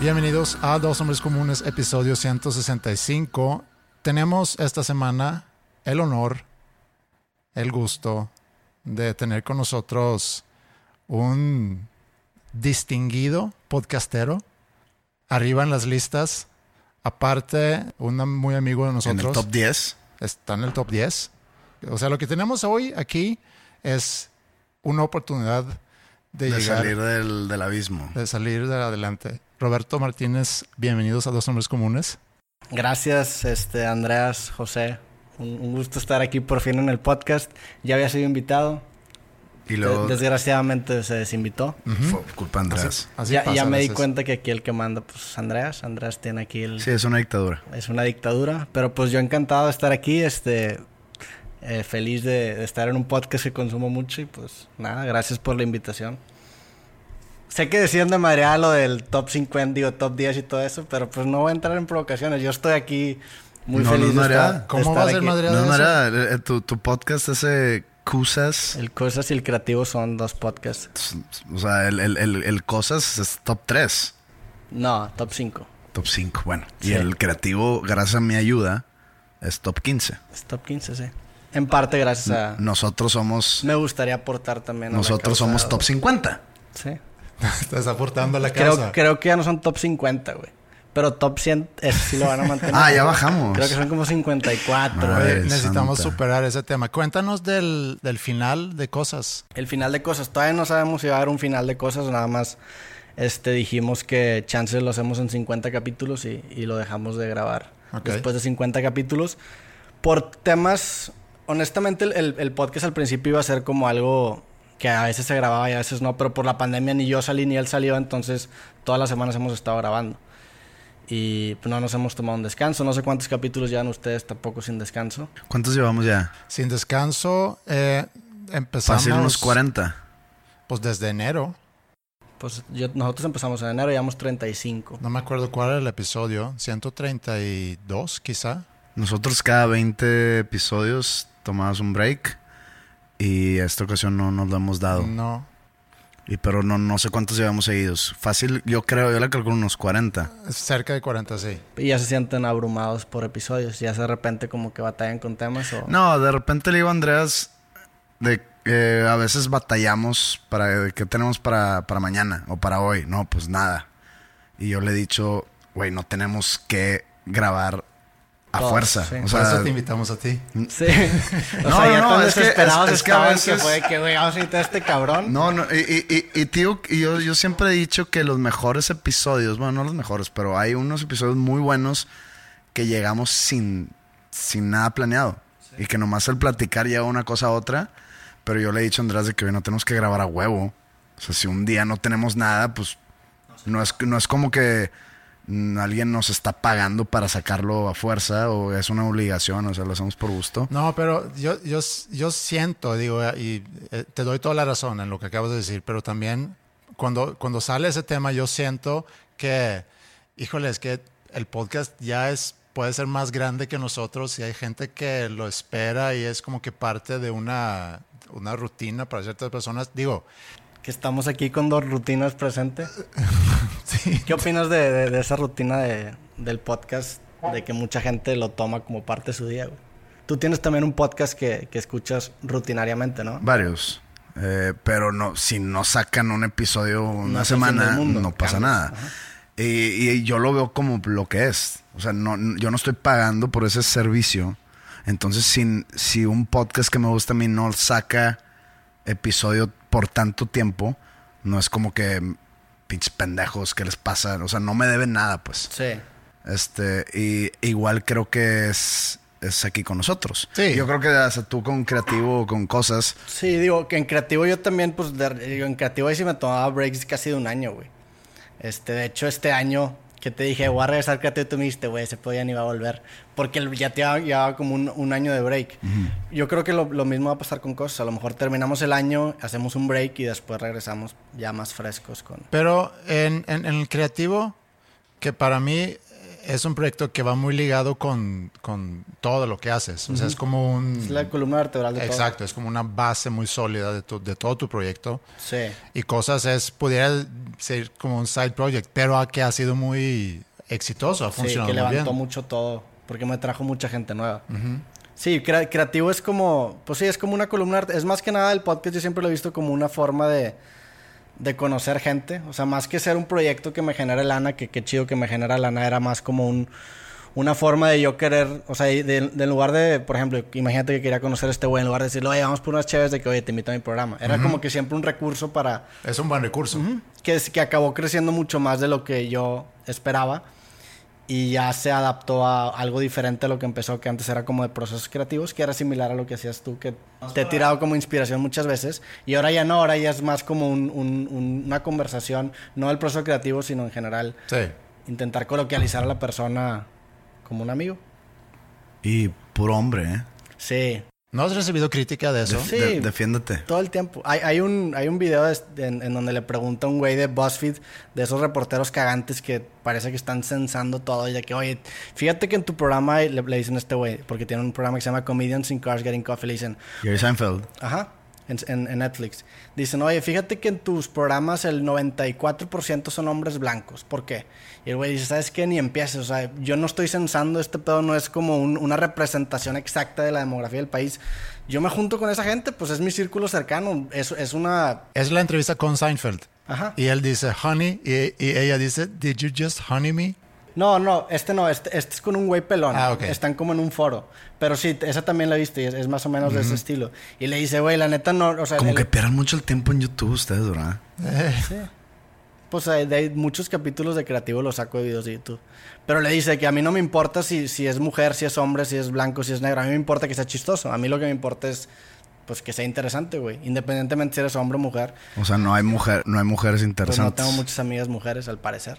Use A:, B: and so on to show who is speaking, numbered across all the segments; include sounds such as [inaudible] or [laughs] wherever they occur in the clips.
A: Bienvenidos a Dos Hombres Comunes, episodio 165. Tenemos esta semana el honor, el gusto de tener con nosotros un distinguido podcastero, arriba en las listas. Aparte, un muy amigo de
B: En
A: nosotros.
B: el top 10.
A: está en el top 10. O sea, lo que tenemos hoy aquí es una oportunidad de,
B: De
A: llegar,
B: salir del, del abismo.
A: de salir de adelante. Roberto Martínez, bienvenidos a Dos Hombres Comunes.
C: Gracias, este, Andreas, José. Un, un gusto estar aquí por fin en el podcast. Ya había sido invitado.
B: Y luego
C: De- Desgraciadamente se desinvitó.
B: fue culpa de Andrés.
A: Así
C: ya
A: pasa
C: ya
A: a
C: me di
A: veces. [laughs]
C: cuenta que aquí el que manda pues es Andreas. Andreas tiene aquí el...
B: Sí, es una dictadura.
C: Es una dictadura. Pero pues yo encantado de estar aquí. Este, eh, feliz de, de estar en un podcast que consumo mucho. Y pues nada, gracias por la invitación. Sé que decían de madreada lo del top 50 digo, top 10 y todo eso, pero pues no voy a entrar en provocaciones. Yo estoy aquí muy
B: No, no
C: feliz
B: es
C: de
B: madreada.
C: estar- de
A: ¿Cómo va
C: estar
A: a ser
C: aquí.
A: madre
B: No, Mara, eh, eh, tu, tu podcast ese Cusas.
C: El Cosas y el Creativo son dos podcasts.
B: O sea, el, el, el, el Cosas es top 3.
C: No, top 5.
B: Top 5, bueno.
C: Sí.
B: Y el creativo, gracias a mi ayuda, es top 15.
C: Es top 15, sí. En parte gracias a...
B: Nosotros somos...
C: Me gustaría aportar también a la
B: Mm. Nosotros
C: causa.
B: somos top 50.
C: Sí.
A: Estás aportando a la
C: Pues Creo,
A: casa.
C: creo que ya no son top 50, güey. Pero top 100, eso sí lo van a mantener.
B: Ah, ya bajamos.
C: Creo que son como 54.
B: Ah,
C: güey.
A: Oye,
B: Ay,
A: necesitamos
B: santa.
A: superar ese tema. Cuéntanos del, del final de cosas.
C: El final de cosas. Todavía no sabemos si va a haber un final de cosas. Nada más este, dijimos que chances lo hacemos en 50 capítulos y, y lo dejamos de grabar.
A: Ok.
C: Después de 50 capítulos. Por temas... Honestamente, el, el- el podcast al principio iba a ser como algo que a veces se grababa y a veces no. Pero por la pandemia ni yo salí ni él salió. Entonces, todas las semanas hemos estado grabando. Y pues, no nos hemos tomado un descanso. No sé cuántos capítulos llevan ustedes tampoco sin descanso.
B: ¿Cuántos llevamos ya?
A: Sin descanso, eh, empezamos
B: Fácil unos 40.
A: pues desde enero.
C: Pues yo- nosotros empezamos en enero, llevamos 35.
A: No me acuerdo cuál era el episodio. 132 quizá.
B: Nosotros cada 20 episodios tomamos un break. Y esta ocasión no nos lo hemos dado.
A: No.
B: Y pero no, no sé cuántos llevamos seguidos. Fácil, yo creo, yo le calculo unos 40.
A: Cerca de 40, sí.
C: Y ya se sienten abrumados por episodios. Ya de repente como que batallan con temas o...
B: No, de repente le digo a Andreas de eh, a veces batallamos para de qué tenemos para, para mañana o para hoy. No, pues nada. Y yo le he dicho, güey, no tenemos que grabar a
C: Todos,
B: fuerza.
C: sí.
B: O
A: Por
B: sea,
A: eso te invitamos a ti.
C: [laughs]
B: [laughs]
C: Sí. o
B: No,
C: sea, ya
B: no,
C: tan
B: es que-
C: desesperados
B: es- es que a
C: estaban
B: veces-
C: fue de que, güey, vamos a invitar a este cabrón.
B: no, no, y, y- y- y tío, y yo, yo siempre he dicho que los mejores episodios, bueno, no los mejores, pero hay unos episodios muy buenos que llegamos sin, sin nada planeado. Y que nomás el platicar lleva una cosa a otra. Pero yo le he dicho a Andrés de que hoy no tenemos que grabar a huevo. O sea, si un día no tenemos nada, pues no es, no es como que mm, alguien nos está pagando para sacarlo a fuerza o es una obligación, o sea, lo hacemos por gusto.
A: No, pero yo, yo, yo siento, digo, eh, y eh, te doy toda la razón en lo que acabas de decir, pero también cuando, cuando sale ese tema, yo siento que, híjole, es que el podcast ya es, puede ser más grande que nosotros y hay gente que lo espera y es como que parte de una, una rutina para ciertas personas. Digo,
C: Que estamos aquí con dos rutinas
B: [laughs]
C: presentes.
A: sí,
C: ¿Qué opinas de, de- de esa rutina de- del podcast? De que mucha gente lo toma como parte de su día, güey. Tú tienes también un podcast que, que escuchas rutinariamente, ¿no?
B: Varios. Eh, pero no, si no sacan un episodio una
C: es el fin
B: semana,
C: del mundo.
B: no pasa
C: Cambias.
B: nada. Y, y yo lo veo como lo que es. O sea, no, n- yo no estoy pagando por ese servicio. Entonces, si, si un podcast que me gusta a mí no saca episodio por tanto tiempo, no es como que mm, pinches pendejos que les pasa. O sea, no me deben nada, pues.
C: Sí.
B: Este, y igual creo que es, es aquí con nosotros.
A: Sí.
B: Yo creo que hasta tú con creativo, con cosas,
C: Sí, digo que en creativo yo también, pues de- digo, en creativo ahí sí me tomaba breaks casi de un año, güey. Este, de hecho, este año que te dije, voy a regresar al creativo, tú me dijiste, güey, ese pedo ya ni va a volver. Porque el- ya te llevaba como un, un año de break. Yo creo que lo, lo mismo va a pasar con cosas. A lo mejor terminamos el año, hacemos un break y después regresamos ya más frescos con.
A: Pero en, en- en el creativo, que para mí eh, es un proyecto que va muy ligado con, con todo lo que haces. O sea, es como un...
C: Es la columna vertebral de todo.
A: Exacto, es como una base muy sólida de, tu- de todo tu proyecto.
C: Sí.
A: Y cosas es, pudiera ser como un side project, pero a que ha sido muy exitoso, ha
C: Sí,
A: funcionado
C: que
A: muy
C: levantó
A: bien.
C: mucho todo, porque me trajo mucha gente nueva. Sí, crea- creativo es como, pues sí, es como una columna, art- es más que nada el podcast, yo siempre lo he visto como una forma de, de conocer gente, o sea, más que ser un proyecto que me genere lana, que qué chido que me genera lana, era más como un, una forma de yo querer, o sea, de, de- en lugar de, por ejemplo, imagínate que quería conocer a este güey, en lugar de decirle, oye, vamos por unas chéves de que, oye, te invito a mi programa, era como que siempre un recurso para
A: Es un buen recurso.
C: que, es- que acabó creciendo mucho más de lo que yo esperaba y ya se adaptó a algo diferente a lo que empezó, que antes era como de procesos creativos, que era similar a lo que hacías tú, que te he tirado como inspiración muchas veces y ahora ya no, ahora ya es más como un- un- un- una conversación, no del proceso creativo, sino en general
A: Sí.
C: intentar coloquializar a la persona como un amigo.
B: Y puro hombre, ¿eh?
C: Sí,
A: ¿No has recibido crítica de eso?
C: Sí.
B: De- defiéndete.
C: Todo el tiempo. Hay, hay un, hay un video de- este, en, en donde le pregunta un güey de BuzzFeed, de esos reporteros cagantes que parece que están censando todo. Y de que, oye, fíjate que en tu programa, y le, le dicen a este güey, porque tiene un programa que se llama Comedians in Cars Getting Coffee, le dicen,
B: Jerry Seinfeld.
C: ajá, en, en- en Netflix. Dicen, oye, fíjate que en tus programas el 94% son hombres blancos. ¿Por qué? Y el güey dice, ¿sabes qué? Ni empieces. O sea, yo no estoy censando, este pedo no es como un- una representación exacta de la demografía del país. Yo me junto con esa gente, pues es mi círculo cercano. Es, es una...
A: Es la entrevista con Seinfeld.
C: Ajá.
A: Y él dice, honey, y, y ella dice, did you just honey me? [laughs]
C: No, no, este no, este, este es con un güey pelón.
A: Ah, ok.
C: Están como en un foro. Pero sí, esa también la viste y es, es más o menos de ese estilo. Y le dice, güey, la neta no, o sea,
B: Como
C: el-
B: que pierdan mucho el tiempo en YouTube ustedes, ¿verdad?
C: Pues hay, de- hay muchos capítulos de creativo los saco de videos de YouTube. Pero le dice que a mí no me importa si, si es mujer, si es hombre, si es blanco, si es negro. A mí me importa que sea chistoso. A mí lo que me importa es pues que sea interesante, güey. Independientemente si eres hombre o mujer.
B: O sea, no hay mujer, no hay mujeres
C: Pues no
B: interesantes.
C: tengo muchas amigas mujeres, al parecer.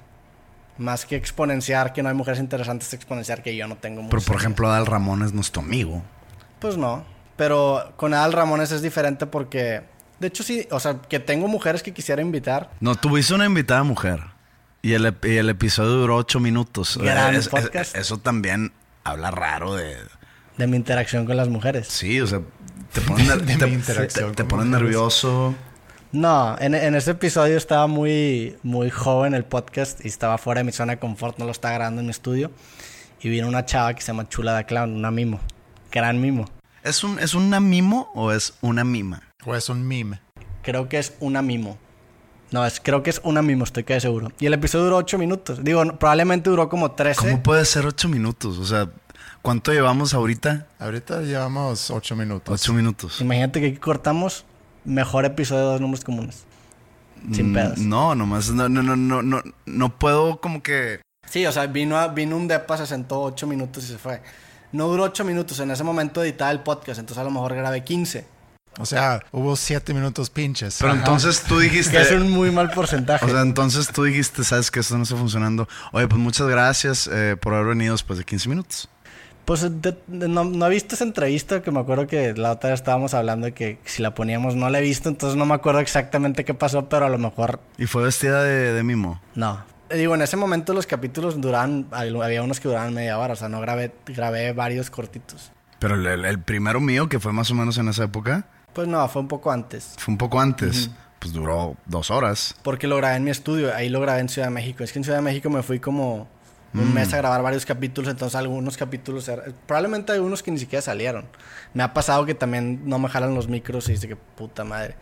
C: Más que exponenciar que no hay mujeres interesantes, exponenciar que yo no tengo
B: Pero
C: muchas.
B: por ejemplo, Adal Ramón es nuestro amigo.
C: Pues no. Pero con Adal Ramones es diferente porque... De hecho, sí. O sea, que tengo mujeres que quisiera invitar.
B: No, tuviste una invitada mujer. Y el, ep- y el episodio duró ocho minutos.
C: Gran
B: Eh, es- es-
C: podcast.
B: eso también habla raro de.
C: De mi interacción con las mujeres.
B: Sí, o sea, te ponen, ner-
A: De mi
B: te-
A: interacción
B: te- te
A: con
B: ponen
A: mujeres.
B: nervioso.
C: No, en, en ese episodio estaba muy, muy joven el podcast y estaba fuera de mi zona de confort, no lo estaba grabando en mi estudio. Y vino una chava que se llama Chula da Clown, una mimo, gran mimo.
B: ¿Es un, ¿Es una mimo o es una mima?
A: O es un meme.
C: Creo que es una mimo. No, es, creo que es una mimo, estoy casi seguro. Y el episodio duró 8 minutos. Digo, no, probablemente duró como 13.
B: ¿Cómo puede ser ocho minutos? O sea, ¿cuánto llevamos ahorita?
A: Ahorita llevamos ocho minutos.
B: Ocho minutos.
C: Imagínate que aquí cortamos mejor episodio de dos nombres comunes. Sin
B: Mm,
C: pedos.
B: No, nomás no, no, no, no, no, no puedo como que.
C: Sí, o sea, vino, a- vino un depa, se sentó ocho minutos y se fue. No duró ocho minutos, en ese momento editaba el podcast, entonces a lo mejor grabé 15.
A: O sea, hubo siete minutos pinches.
B: Pero
A: Ajá.
B: entonces tú dijiste.
C: Que [laughs] es un muy mal porcentaje.
B: O sea, entonces tú dijiste, sabes que esto no está funcionando. Oye, pues muchas gracias eh, por haber venido después de 15 minutos.
C: pues de- de- no, no he visto esa entrevista que me acuerdo que la otra vez estábamos hablando de que si la poníamos no la he visto, entonces no me acuerdo exactamente qué pasó, pero a lo mejor
B: Y fue vestida de, de mimo.
C: no. Eh, Digo, en ese momento los capítulos duraban, al- había unos que duraban media hora, o sea, no grabé, grabé varios cortitos.
B: Pero el, el- el primero mío, que fue más o menos en esa época,
C: Pues no, fue un poco antes.
B: Fue un poco antes. Pues duró dos horas.
C: Porque lo grabé en mi estudio, ahí lo grabé en Ciudad de México. Es que en Ciudad de México me fui como un mes a grabar varios capítulos, entonces algunos capítulos, er- probablemente hay unos que ni siquiera salieron. Me ha pasado que también no me jalan los micros y dice que puta madre,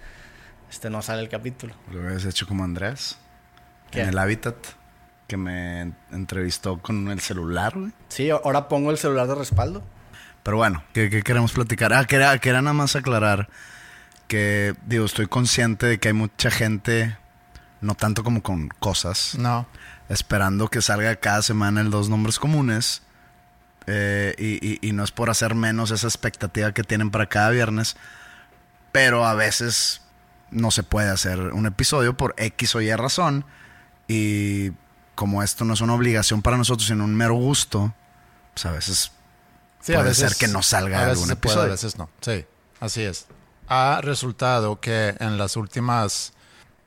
C: este no sale el capítulo.
B: Lo habías hecho como Andrés.
C: ¿Qué?
B: En el hábitat. Que me en- entrevistó con el celular, güey.
C: Sí, ahora pongo el celular de respaldo.
B: Pero bueno, ¿qué, qué queremos platicar? Ah, que era, que era nada más aclarar que, digo, estoy consciente de que hay mucha gente, no tanto como con cosas,
A: No.
B: esperando que salga cada semana el dos nombres comunes. eh, y, y- y no es por hacer menos esa expectativa que tienen para cada viernes, pero a veces no se puede hacer un episodio por X o Y razón. Y como esto no es una obligación para nosotros, sino un mero gusto, pues a veces
A: Sí,
B: Puede ser que no salga
A: a veces
B: algún
A: se puede,
B: episodio.
A: a veces no. Sí, así es. Ha resultado que en las últimas,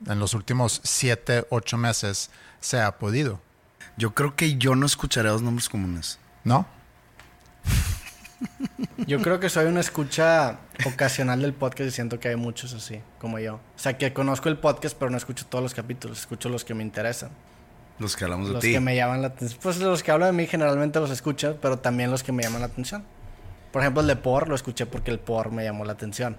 A: en los últimos siete, ocho meses se ha podido,
B: Yo creo que yo no escucharé los nombres comunes.
A: ¿no?
C: Yo creo que soy una escucha ocasional del podcast y siento que hay muchos así, como yo. O sea, que conozco el podcast, pero no escucho todos los capítulos, escucho los que me interesan.
B: Los que hablamos de
C: Los
B: ti.
C: que me llaman la atención. Pues los que hablan de mí generalmente los escucho, pero también los que me llaman la atención. Por ejemplo, el de por lo escuché porque el por me llamó la atención.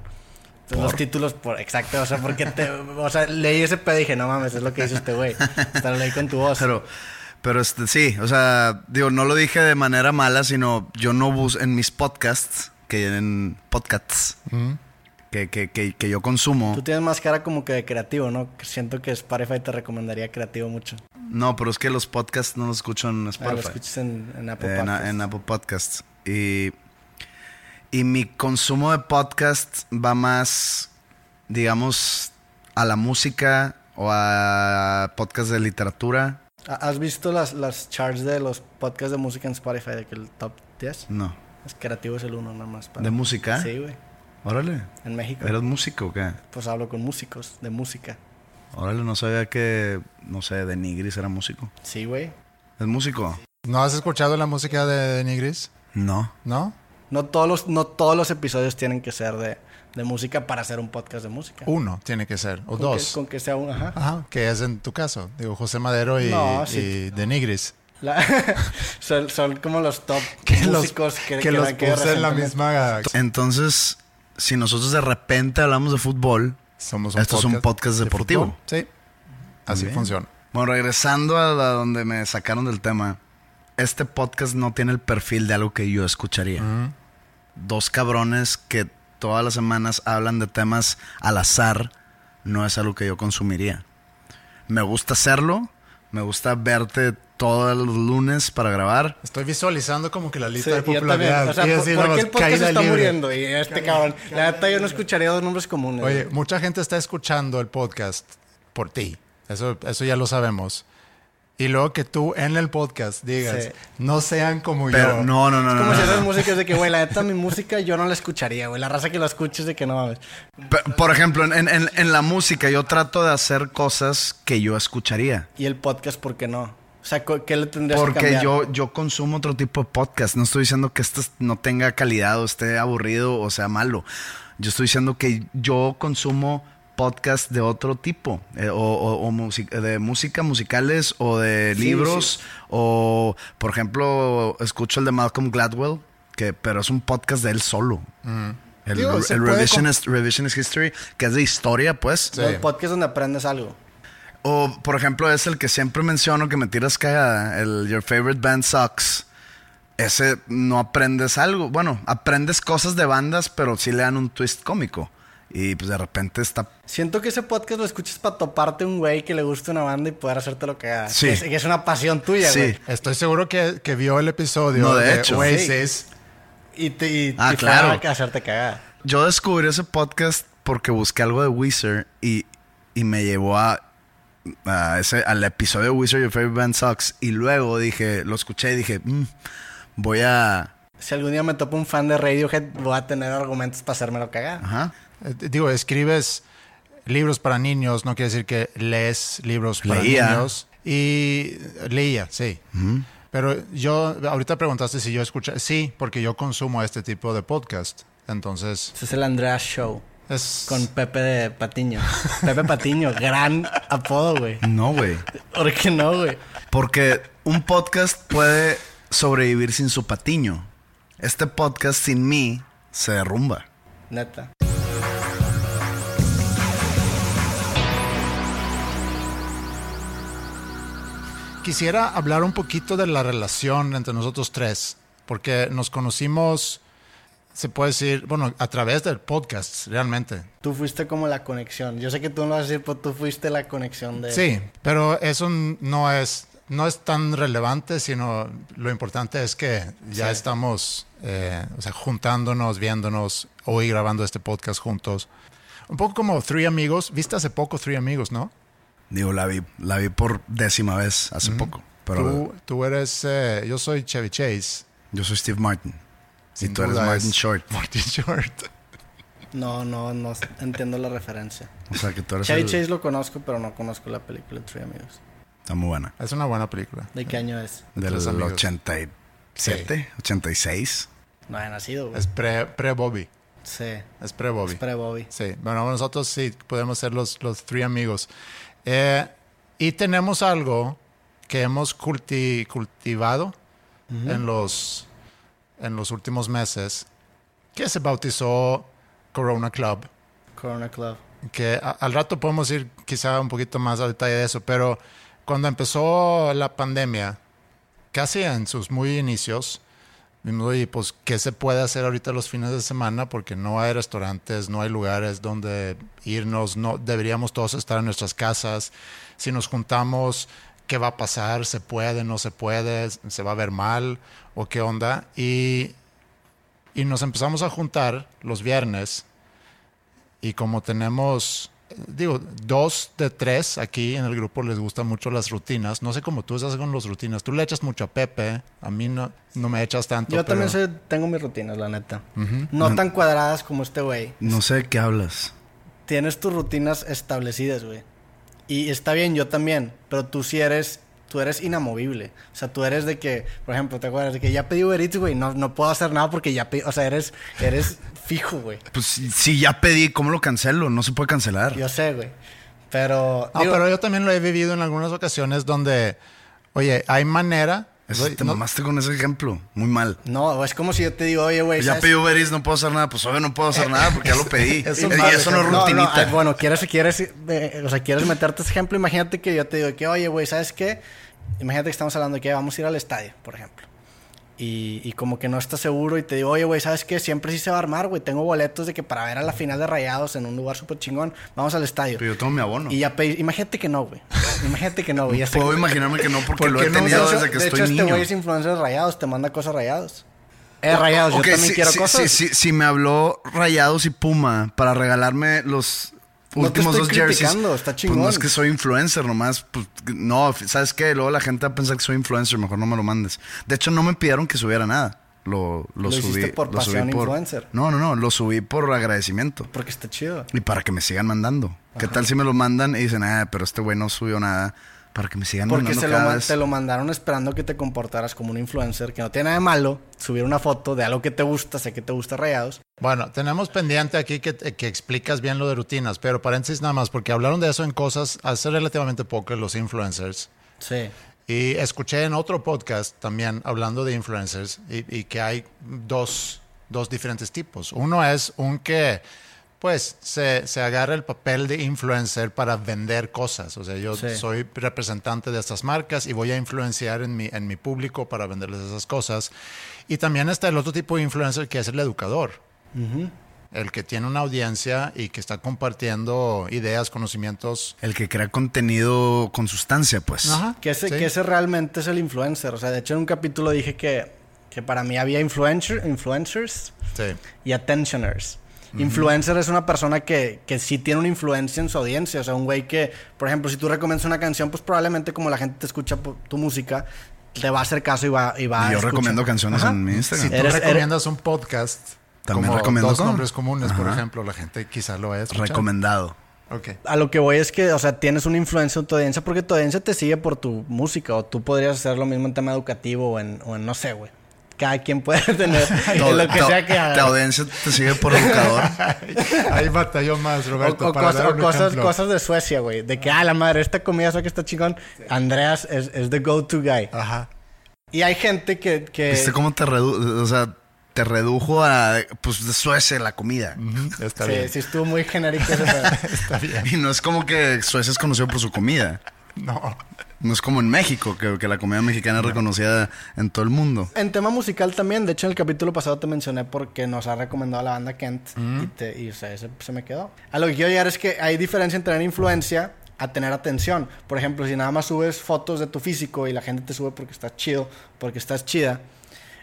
C: Entonces, los títulos por exacto, o sea, porque te, [laughs] o sea, leí ese pedo y dije, no mames, es lo que dice este güey. Hasta lo leí con tu voz.
B: Pero, pero este, sí, o sea, digo, no lo dije de manera mala, sino yo no busco en mis podcasts, que en podcasts que, que, que, que yo consumo.
C: Tú tienes más cara como que de creativo, ¿no? Que Siento que Spotify te recomendaría creativo mucho.
B: No, pero es que los podcasts no los escucho en
C: Ah, lo
B: Spotify.
C: escuchas en, en Apple
B: en,
C: Podcasts.
B: en Apple Podcasts. Y, y mi consumo de podcast va más, digamos, a la música o a podcast de literatura.
C: ¿Ha- Ah, ¿Has visto las, las charts de los podcasts de música en Spotify de que el top 10?
B: No.
C: Es creativo es el uno nada más. para-
B: ¿De música?
C: Sí, güey.
B: Órale.
C: En México.
B: ¿Eres músico o qué?
C: Pues hablo con músicos de música.
B: Órale, no sabía que, no sé, de Nigris era músico.
C: Sí, güey.
B: ¿Es músico?
A: ¿No has escuchado la música de Nigris?
B: No.
A: ¿No?
C: No todos los, no todos los episodios tienen que ser de, de música para hacer un podcast de música.
A: Uno tiene que ser, o
C: Con
A: dos.
C: que- con que sea un... Ajá.
A: Ajá, que es en tu caso, digo, José Madero y,
C: No, sí.
A: y de Nigris.
C: La- [laughs] son, son como los top
A: [laughs] Que los,
C: músicos que,
A: que
C: que-
A: los
C: que
A: puse en la
C: recientemente-
A: misma...
B: Entonces, si nosotros de repente hablamos de fútbol,
A: Somos
B: esto es un podcast
A: de
B: deportivo.
A: fútbol. Sí, así
B: bien.
A: funciona.
B: Bueno, regresando a la- donde me sacaron del tema, este podcast no tiene el perfil de algo que yo escucharía. Dos cabrones que todas las semanas hablan de temas al azar, no es algo que yo consumiría. Me gusta hacerlo, me gusta verte todos los lunes para grabar.
A: Estoy visualizando como que la lista
C: Sí,
A: de
C: yo también.
A: popularidad.
C: O sea,
A: Y
C: ¿por,
A: así,
C: por
A: vamos,
C: qué el podcast
A: caída
C: está
A: libre.
C: muriendo? Y este cabrón. La neta, yo no escucharía dos nombres comunes.
A: Oye,
C: güey.
A: mucha gente está escuchando el podcast por ti. Eso, eso ya lo sabemos. Y luego que tú en el podcast digas,
C: Sí.
A: no sean como
B: Pero
A: yo.
B: no, no, no, no.
C: Como si
A: ah.
B: no,
C: esas
B: no.
C: músicas de que, güey, la neta, mi música yo no la escucharía, güey. La raza que la escuches de que no mames.
B: Pe- Por ejemplo, en, en- en la música yo trato de hacer cosas que yo escucharía.
C: Y el podcast, ¿por qué no? O sea, co- ¿qué le tendrías que
B: Porque
C: cambiar?
B: yo, yo consumo otro tipo de podcast. No estoy diciendo que este no tenga calidad o esté aburrido o sea malo. Yo estoy diciendo que yo consumo podcast de otro tipo. eh, o o- o musi- de música, musicales o de
C: Sí,
B: libros. O, por ejemplo, escucho el de Malcolm Gladwell, que, pero es un podcast de él solo. El,
A: Digo, se
B: el
A: puede
B: revisionist, revisionist History, que es de historia, pues.
A: Sí.
C: Los podcasts donde aprendes algo.
B: O, por ejemplo, es el que siempre menciono que me tiras cagada, el Your Favorite Band Sucks. Ese no aprendes algo. Bueno, aprendes cosas de bandas, pero sí le dan un twist cómico. Y pues de repente está.
C: Siento que ese podcast lo escuchas para toparte un güey que le gusta una banda y poder hacértelo cagada.
B: Sí.
C: Que es, que es una pasión tuya,
B: Sí.
C: güey.
A: Estoy seguro que, que vio el episodio
B: No, de
A: de,
B: hecho.
A: Oasis.
C: Y te y,
B: Ah,
C: y
B: claro.
C: para hacerte cagada.
B: Yo descubrí ese podcast porque busqué algo de Wizard y, y me llevó a, a ese, al episodio de Wizard Your Favorite Band Sucks. Y luego dije, lo escuché y dije, "Mm, voy a.
C: Si algún día me topo un fan de Radiohead, voy a tener argumentos para hacérmelo cagada.
B: Ajá.
A: Eh, Digo, escribes libros para niños, no quiere decir que lees libros para
B: Leía.
A: niños. Y leía, sí. Pero yo, ahorita preguntaste si yo escuché. Sí, porque yo consumo este tipo de podcast. Entonces,
C: Ese es el Andreas Show.
A: Es,
C: Con Pepe
B: [laughs]
C: de Patiño. Pepe Patiño, gran apodo, güey.
B: No, güey.
C: ¿Por qué no, güey?
B: Porque un podcast puede sobrevivir sin su patiño. Este podcast sin mí se derrumba.
C: Neta.
A: Quisiera hablar un poquito de la relación entre nosotros tres, porque nos conocimos, se puede decir, bueno, a través del podcast, realmente.
C: Tú fuiste como la conexión. Yo sé que tú no lo vas a decir, pero tú fuiste la conexión de...
A: Sí, pero eso no es, no es tan relevante, sino lo importante es que ya estamos eh, o sea, juntándonos, viéndonos, hoy grabando este podcast juntos. Un poco como Three Amigos, viste hace poco Three Amigos, ¿no?
B: Digo, la vi, la vi por décima vez hace poco. Pero
A: Tú, tú eres, eh, yo soy Chevy Chase. [laughs]
B: yo soy Steve Martin. Y
A: Sin
B: tú eres
A: duda
B: Martin
A: es-
B: Short.
A: Martin Short.
C: No, no, no entiendo la referencia.
B: O sea que tú eres.
C: Chevy
B: Pues el-
C: Chase lo conozco, pero no conozco la película Three Amigos.
B: Está muy buena.
A: Es una buena película.
C: ¿De qué año es?
B: Del
A: Tres amigos.
B: 87, 86.
C: No había nacido, güey.
A: Es pre- pre-Bobby.
C: Sí.
A: es pre-Bobby.
C: Es pre-Bobby.
A: Sí, bueno, nosotros sí podemos ser los, los three amigos. Eh, y tenemos algo que hemos culti- cultivado en, los, en los últimos meses, que se bautizó Corona Club,
C: Corona Club.
A: que a- al rato podemos ir quizá un poquito más a detalle de eso, pero cuando empezó la pandemia, casi en sus muy inicios, vimos, oye, pues, ¿qué se puede hacer ahorita los fines de semana? Porque no hay restaurantes, no hay lugares donde irnos, no deberíamos todos estar en nuestras casas. Si nos juntamos, ¿qué va a pasar? ¿Se puede? ¿No se puede? ¿Se va a ver mal? ¿O qué onda? Y, y nos empezamos a juntar los viernes y como tenemos... eh, Digo, dos de tres aquí en el grupo les gustan mucho las rutinas. No sé cómo tú estás con las rutinas. Tú le echas mucho a Pepe. A mí no, no me echas tanto. pero-
C: Yo también soy- tengo mis rutinas, la neta. No tan cuadradas como este güey.
B: No sé de qué hablas.
C: Tienes tus rutinas establecidas, güey. Y está bien, yo también. Pero tú sí eres... Tú eres inamovible. O sea, tú eres de que... Por ejemplo, ¿te acuerdas? De que ya pedí Uber Eats, güey. No, no puedo hacer nada porque ya pedí... O sea, eres... Eres fijo, güey.
B: Pues si si ya pedí, ¿cómo lo cancelo? No se puede cancelar.
C: Yo sé, güey. Pero...
A: No,
C: digo,
A: Ah, pero yo también lo he vivido en algunas ocasiones donde, oye, hay manera.
B: Eso
A: Oye,
B: te
C: este
A: no-
B: mamaste con ese ejemplo. Muy mal.
C: No, es como si yo te digo, oye, güey...
B: Pues Ya
C: ¿sabes
B: pedí Uber Eats, no puedo hacer nada. Pues obvio no puedo
C: Eh,
B: hacer nada porque
C: [laughs]
B: ya lo pedí.
A: es
B: y
A: un mal
B: eso no
A: ejemplo.
B: es
C: No, no,
B: rutinita.
C: ay, bueno, quieres, quieres, eh, o sea, quieres meterte ese ejemplo. Imagínate que yo te digo que, oye, güey, ¿sabes qué? Imagínate que estamos hablando de que vamos a ir al estadio, por ejemplo. Y, y como que no estás seguro y te digo, oye, güey, ¿sabes qué? Siempre sí se va a armar, güey. Tengo boletos de que para ver a la final de Rayados en un lugar súper chingón, vamos al estadio.
B: Pero yo tengo mi abono.
C: Y ya pedí, imagínate que no, güey. Imagínate que no, güey. Ya sé
B: Puedo
C: que-
B: imaginarme que no porque
A: ¿Por
B: lo
A: qué
B: he
A: no?
B: tenido
A: De hecho-
B: desde que
C: de
B: estoy
C: hecho, este
B: niño.
C: güey es influencer de Rayados, te manda cosas Rayados. Eh, Rayados,
B: Ok,
C: yo también
B: sí,
C: quiero
B: sí,
C: cosas.
B: sí, sí, sí, me habló Rayados y Puma para regalarme los
C: No te
B: últimos
C: estoy
B: dos jerseys.
C: criticando, está
B: Pues no
C: chingón.
B: es que soy influencer nomás. pues, no, f- ¿sabes qué? Luego la gente va a pensar que soy influencer, mejor no me lo mandes. De hecho, no me pidieron que subiera nada. Lo, lo,
C: Lo hiciste
B: subí.
C: por
B: lo subí
C: pasión influencer.
B: No, no, no. Lo subí por agradecimiento.
C: Porque está chido.
B: Y para que me sigan mandando. ¿Qué tal si me lo mandan y dicen, ah, pero este güey no subió nada? Para que me sigan
C: Porque
B: mandando
C: se lo,
B: cada
C: man-
B: vez.
C: te lo mandaron esperando que te comportaras como un influencer, que no tiene nada de malo subir una foto de algo que te gusta, sé que te gusta rayados.
A: Bueno, tenemos pendiente aquí que, que explicas bien lo de rutinas, pero paréntesis nada más, porque hablaron de eso en cosas hace relativamente poco los influencers.
C: Sí.
A: Y escuché en otro podcast también hablando de influencers y, y que hay dos, dos diferentes tipos. Uno es un que pues se, se agarra el papel de influencer para vender cosas. O sea, yo
C: Sí.
A: soy representante de estas marcas y voy a influenciar en mi, en mi público para venderles esas cosas. Y también está el otro tipo de influencer que es el educador el que tiene una audiencia y que está compartiendo ideas, conocimientos.
B: El que crea contenido con sustancia, pues.
C: Que ese,
A: Sí.
C: que ese realmente es el influencer. O sea, de hecho en un capítulo dije que, que para mí había influencer, influencers
A: Sí.
C: y attentioners. Influencer es una persona que, que sí tiene una influencia en su audiencia. O sea, un güey que, por ejemplo, si tú recomiendas una canción, pues probablemente como la gente te escucha por tu música, te va a hacer caso y va, y va a
B: Y yo
C: escuchar.
B: recomiendo canciones
C: Ah, Ajá.
B: en mi
A: Si
B: Instagram.
A: tú
C: Eres- er- eres-
A: recomiendas un podcast,
B: También
A: como
B: recomiendo
A: dos
B: con-
A: nombres comunes, por
B: Ajá.
A: ejemplo, la gente quizá lo es.
C: [laughs]
B: Recomendado.
A: [laughs]
C: A lo que voy es que, o sea, tienes una influencia en tu audiencia porque tu audiencia te sigue por tu música o tú podrías hacer lo mismo en tema educativo o en, o en no sé, güey. cada quien puede [laughs]
A: [laughs]
C: tener
B: Tu-
C: lo que
B: tu-
C: sea que haga.
B: Tu audiencia te sigue por educador.
C: [laughs]
A: Ahí batalló más,
C: O,
A: Roberto.
C: o
A: para
C: cosas,
A: dar
C: o
A: un
C: cosas,
A: ejemplo.
C: cosas de Suecia, güey. De que, ah, la madre, esta comida sueca está chingón. Andreas es, es the go-to guy.
A: Ajá.
C: Y hay gente que... que-
A: Pues este
B: ¿Viste cómo te redujo? O sea, te redujo a. Pues de Suecia la comida.
C: [laughs]
A: Ujú, Está
C: sí,
A: bien.
C: sí estuvo muy genérico
A: [laughs]
C: ese pedo.
A: Está bien.
B: Y no es como que Suecia es conocido por su comida.
A: No.
B: No es como en México, que, que la comida mexicana es reconocida en todo el mundo.
C: En tema musical también, de hecho en el capítulo pasado te mencioné porque nos ha recomendado la banda Kent y, te- y, o sea, ese se me quedó. A lo que quiero llegar es que hay diferencia entre tener influencia a tener atención. Por ejemplo, si nada más subes fotos de tu físico y la gente te sube porque estás chido, porque estás chida,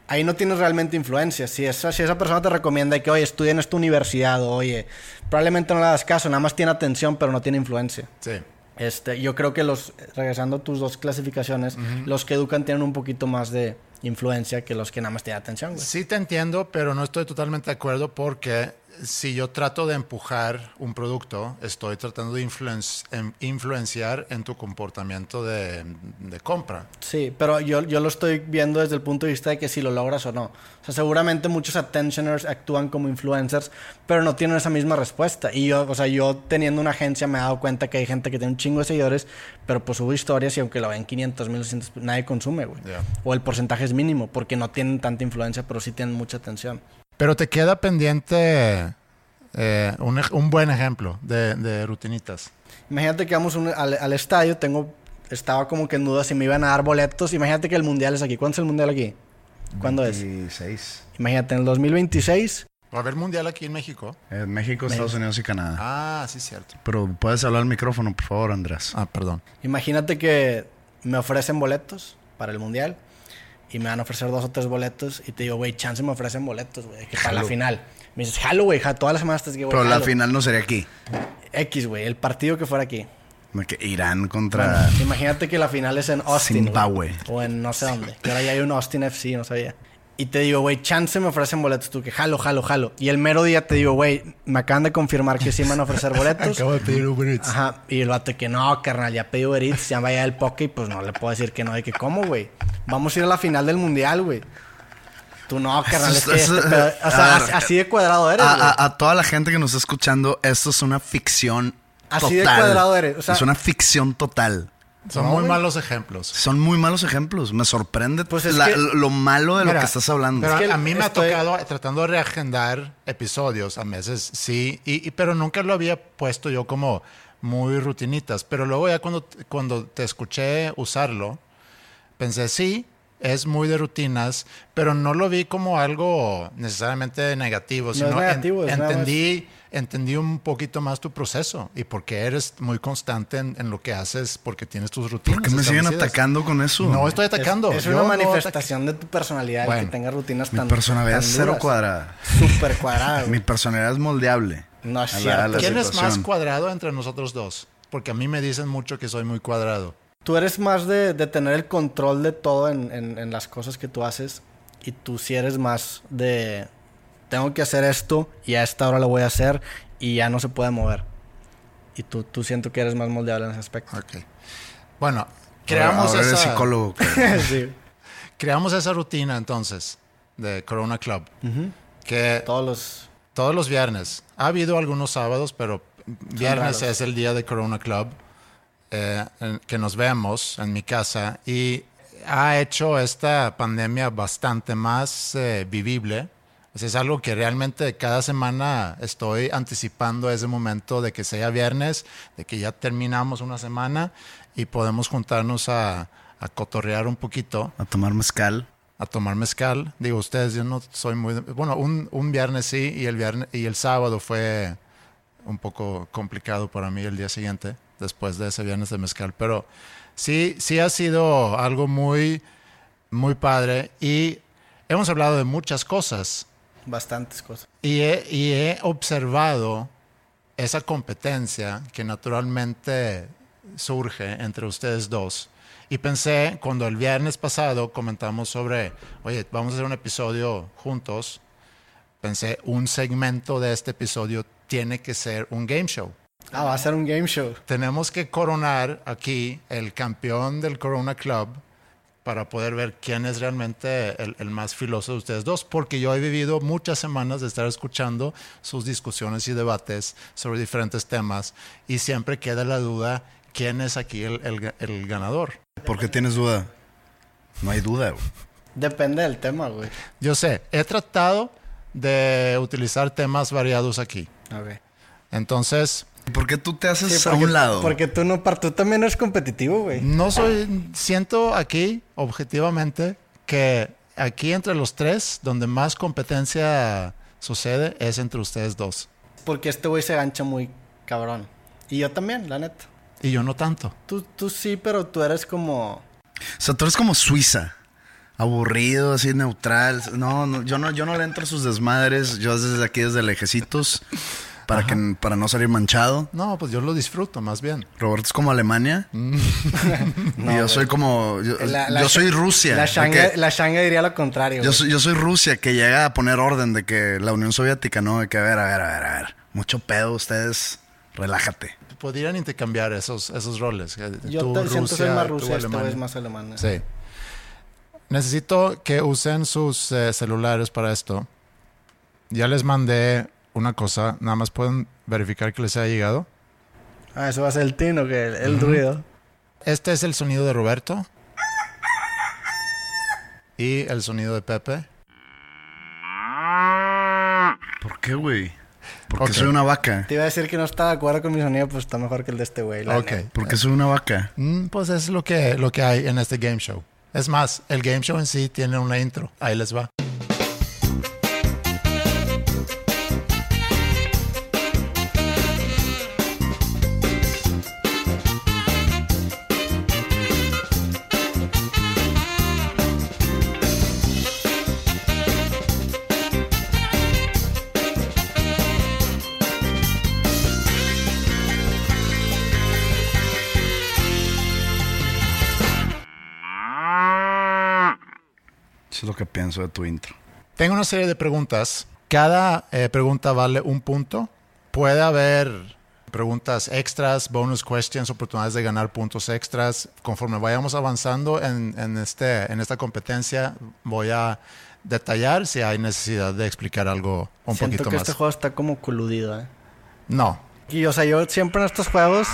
C: ahí no tienes realmente influencia. Si esa, si esa persona te recomienda que, oye, estudia en esta universidad, o, oye, probablemente no le das caso, nada más tiene atención pero no tiene influencia.
A: Sí.
C: Este, yo creo que los, regresando a tus dos clasificaciones, los que educan tienen un poquito más de influencia que los que nada más tienen atención, güey.
A: Sí te entiendo, pero no estoy totalmente de acuerdo porque si yo trato de empujar un producto, estoy tratando de influen- em- influenciar en tu comportamiento de, de compra.
C: Sí, pero yo, yo lo estoy viendo desde el punto de vista de que si lo logras o no. O sea, seguramente muchos attentioners actúan como influencers, pero no tienen esa misma respuesta. Y yo, o sea, yo teniendo una agencia me he dado cuenta que hay gente que tiene un chingo de seguidores, pero pues subo historias y aunque lo ven 500 mil, nadie consume, güey.
A: Ya.
C: O el porcentaje es mínimo, porque no tienen tanta influencia, pero sí tienen mucha atención.
A: Pero te queda pendiente eh, un, ej- un buen ejemplo de, de rutinitas.
C: Imagínate que vamos un- al, al estadio, tengo, estaba como que en duda si me iban a dar boletos. Imagínate que el mundial es aquí. ¿Cuándo es el mundial aquí? ¿Cuándo es?
B: 16.
C: Imagínate, en el 2026.
A: ¿Va a haber mundial aquí en México?
B: En Eh, México, Estados Unidos y Canadá.
A: Ah, sí, cierto.
B: Pero puedes hablar al micrófono, por favor, Andrés.
A: Ah, perdón.
C: Imagínate que me ofrecen boletos para el mundial y me van a ofrecer dos o tres boletos y te digo, güey, chance me ofrecen boletos, güey, que para la final. Me dices, jalo, güey, ja, todas las semanas te digo,
B: Pero la
C: jalo".
B: final no sería aquí.
C: X, güey, el partido que fuera aquí.
B: No, que Irán contra.
C: Imagínate que la final es en Austin. güey.
B: Zimbabue.
C: O en no sé dónde. Que ahora ya hay un Austin FC, no sabía. Y te digo, güey, chance me ofrecen boletos tú, que jalo, jalo, jalo. Y el mero día te digo, güey, me acaban de confirmar que sí me van
B: [laughs]
C: a ofrecer boletos.
A: Acabo de pedir Uber Eats.
C: Ajá. Y el vato que no, carnal, ya pedí Uber Eats, ya vaya el poke y pues no le puedo decir que no. De que, ¿cómo, güey? Vamos a ir a la final del mundial, güey. Tú no, carnal, es
B: Eso-
C: que
B: eso-
C: este pedo- o sea,
B: a
C: as-
B: ver.
C: así de cuadrado eres,
B: a,
C: güey.
B: a- a toda la gente que nos está escuchando, esto es una ficción
C: Así de
B: total.
C: cuadrado eres, o sea-
B: es una ficción total.
A: Son muy malos ejemplos.
B: Son muy malos ejemplos. Me sorprende
C: Pues es
B: la-
C: que-
B: lo malo de lo
A: Mira,
B: que estás hablando.
A: Pero
C: Es que
A: a mí me
C: estoy-
A: ha tocado tratando de reagendar episodios a meses, sí, y, y- pero nunca lo había puesto yo como muy rutinitas. Pero luego ya cuando, cuando te escuché usarlo, pensé, sí, es muy de rutinas, pero no lo vi como algo necesariamente negativo,
C: es
A: sino en-
C: negativo, es nada más-
A: entendí, entendí un poquito más tu proceso y por qué eres muy constante en, en lo que haces, porque tienes tus rutinas.
B: ¿Por qué me siguen
A: establecidas.
B: atacando con eso?
A: No estoy
C: Es-
A: atacando.
C: Es,
A: yo
C: una
A: no ataco-
C: manifestación de tu personalidad, el
A: Bueno,
C: que tengas rutinas
B: Mi
C: tan.
B: personalidad
C: tan
B: es cero
C: duras.
B: cuadrada.
C: Súper
B: [laughs]
C: cuadrada,
B: Mi
C: güey.
B: personalidad es moldeable.
C: No es
B: A la-
C: cierto.
B: a la
A: ¿Quién es más
B: situación.
A: cuadrado entre nosotros dos? Porque a mí me dicen mucho que soy muy cuadrado.
C: Tú eres más de, de tener el control de todo en, en- en las cosas que tú haces. Y tú sí eres más de. Tengo que hacer esto y a esta hora lo voy a hacer y ya no se puede mover. Y tú, tú siento que eres más moldeable en ese aspecto.
A: Bueno, creamos,
B: Ahora eres
A: esa,
B: psicólogo. cabrón.
C: [laughs] sí.
A: creamos esa rutina entonces de Corona Club. Que
C: Todos los.
A: todos los viernes, ha habido algunos sábados, pero
C: raros.
A: viernes es el día de Corona Club, eh, en- que nos vemos en mi casa y ha hecho esta pandemia bastante más eh, vivible. O sea, es algo que realmente cada semana estoy anticipando ese momento de que sea viernes, de que ya terminamos una semana y podemos juntarnos a, a cotorrear un poquito
B: A tomar mezcal.
A: a tomar mezcal. Digo, ustedes, yo no soy muy... Bueno, un, un viernes sí y el, viernes, y el sábado fue un poco complicado para mí el día siguiente, después de ese viernes de mezcal. Pero sí, sí ha sido algo muy, muy padre y hemos hablado de muchas cosas
C: Bastantes cosas.
A: y he, y he observado esa competencia que naturalmente surge entre ustedes dos. Y pensé, cuando el viernes pasado comentamos sobre, oye, vamos a hacer un episodio juntos, pensé, un segmento de este episodio tiene que ser un game show.
C: Ah, va a ser un game show.
A: Tenemos que coronar aquí el campeón del Corona Club, para poder ver quién es realmente el, el más filoso de ustedes dos, porque yo he vivido muchas semanas de estar escuchando sus discusiones y debates sobre diferentes temas y siempre queda la duda quién es aquí el, el- el ganador.
B: ¿Por qué tienes duda? No hay duda, güey.
C: Depende del tema, güey.
A: Yo sé, he tratado de utilizar temas variados aquí.
C: Ok.
A: Entonces,
B: ¿Por qué tú te haces
C: Sí,
B: a
C: porque-
B: un lado?
C: Porque tú no, par- tú también eres competitivo, güey.
A: no soy, siento aquí, objetivamente, que aquí entre los tres, donde más competencia sucede es entre ustedes dos.
C: Porque este güey se gancha muy cabrón. Y yo también, la neta.
A: Y yo no tanto.
C: Tú, tú sí, pero tú eres como...
B: O sea, tú eres como Suiza. Aburrido, así neutral. No, no, yo no, yo no le entro a sus desmadres. Yo desde aquí, desde lejecitos, para que para no salir manchado.
A: No, pues yo lo disfruto más bien.
B: Roberto es como
C: [laughs]
B: Alemania. y yo soy como. Yo,
C: La- la-
B: yo soy Rusia.
C: La
B: de
C: shanga,
B: que-
C: la shanga diría lo contrario.
B: yo,
C: güey.
B: soy, yo soy Rusia que llega a poner orden de que la Unión Soviética, ¿no? De que a ver, a ver, a ver, a ver. Mucho pedo, ustedes. Relájate.
A: Podrían intercambiar esos, esos roles. Eh,
C: Yo
A: tú,
C: te- siento soy más
A: tú,
C: rusa, este güey
A: Alemania.
C: es más alemana.
A: Sí. Necesito que usen sus eh, celulares para esto. Ya les mandé una cosa. Nada más pueden verificar que les haya llegado.
C: Ah, eso va a ser el tino, que el, el ruido.
A: Este es el sonido de Roberto. Y el sonido de Pepe.
B: ¿Por qué, güey? Porque
A: Ok.
B: soy una vaca.
C: Te iba a decir que no estaba de acuerdo con mi sonido, pues está mejor que el de este güey. la
A: Ok.
C: neta.
B: Porque soy una vaca.
A: Mm, pues es lo que, lo que hay en este game show. Es más, el game show en sí tiene una intro. Ahí les va.
B: Eso es lo que pienso de tu intro.
A: Tengo una serie de preguntas. Cada eh, pregunta vale un punto. Puede haber preguntas extras, bonus questions, oportunidades de ganar puntos extras. Conforme vayamos avanzando en, en este, en esta competencia, voy a detallar si hay necesidad de explicar algo un
C: Siento
A: poquito
C: que
A: más.
C: este juego está como coludido, eh.
A: No.
C: Y, o sea, yo siempre en estos juegos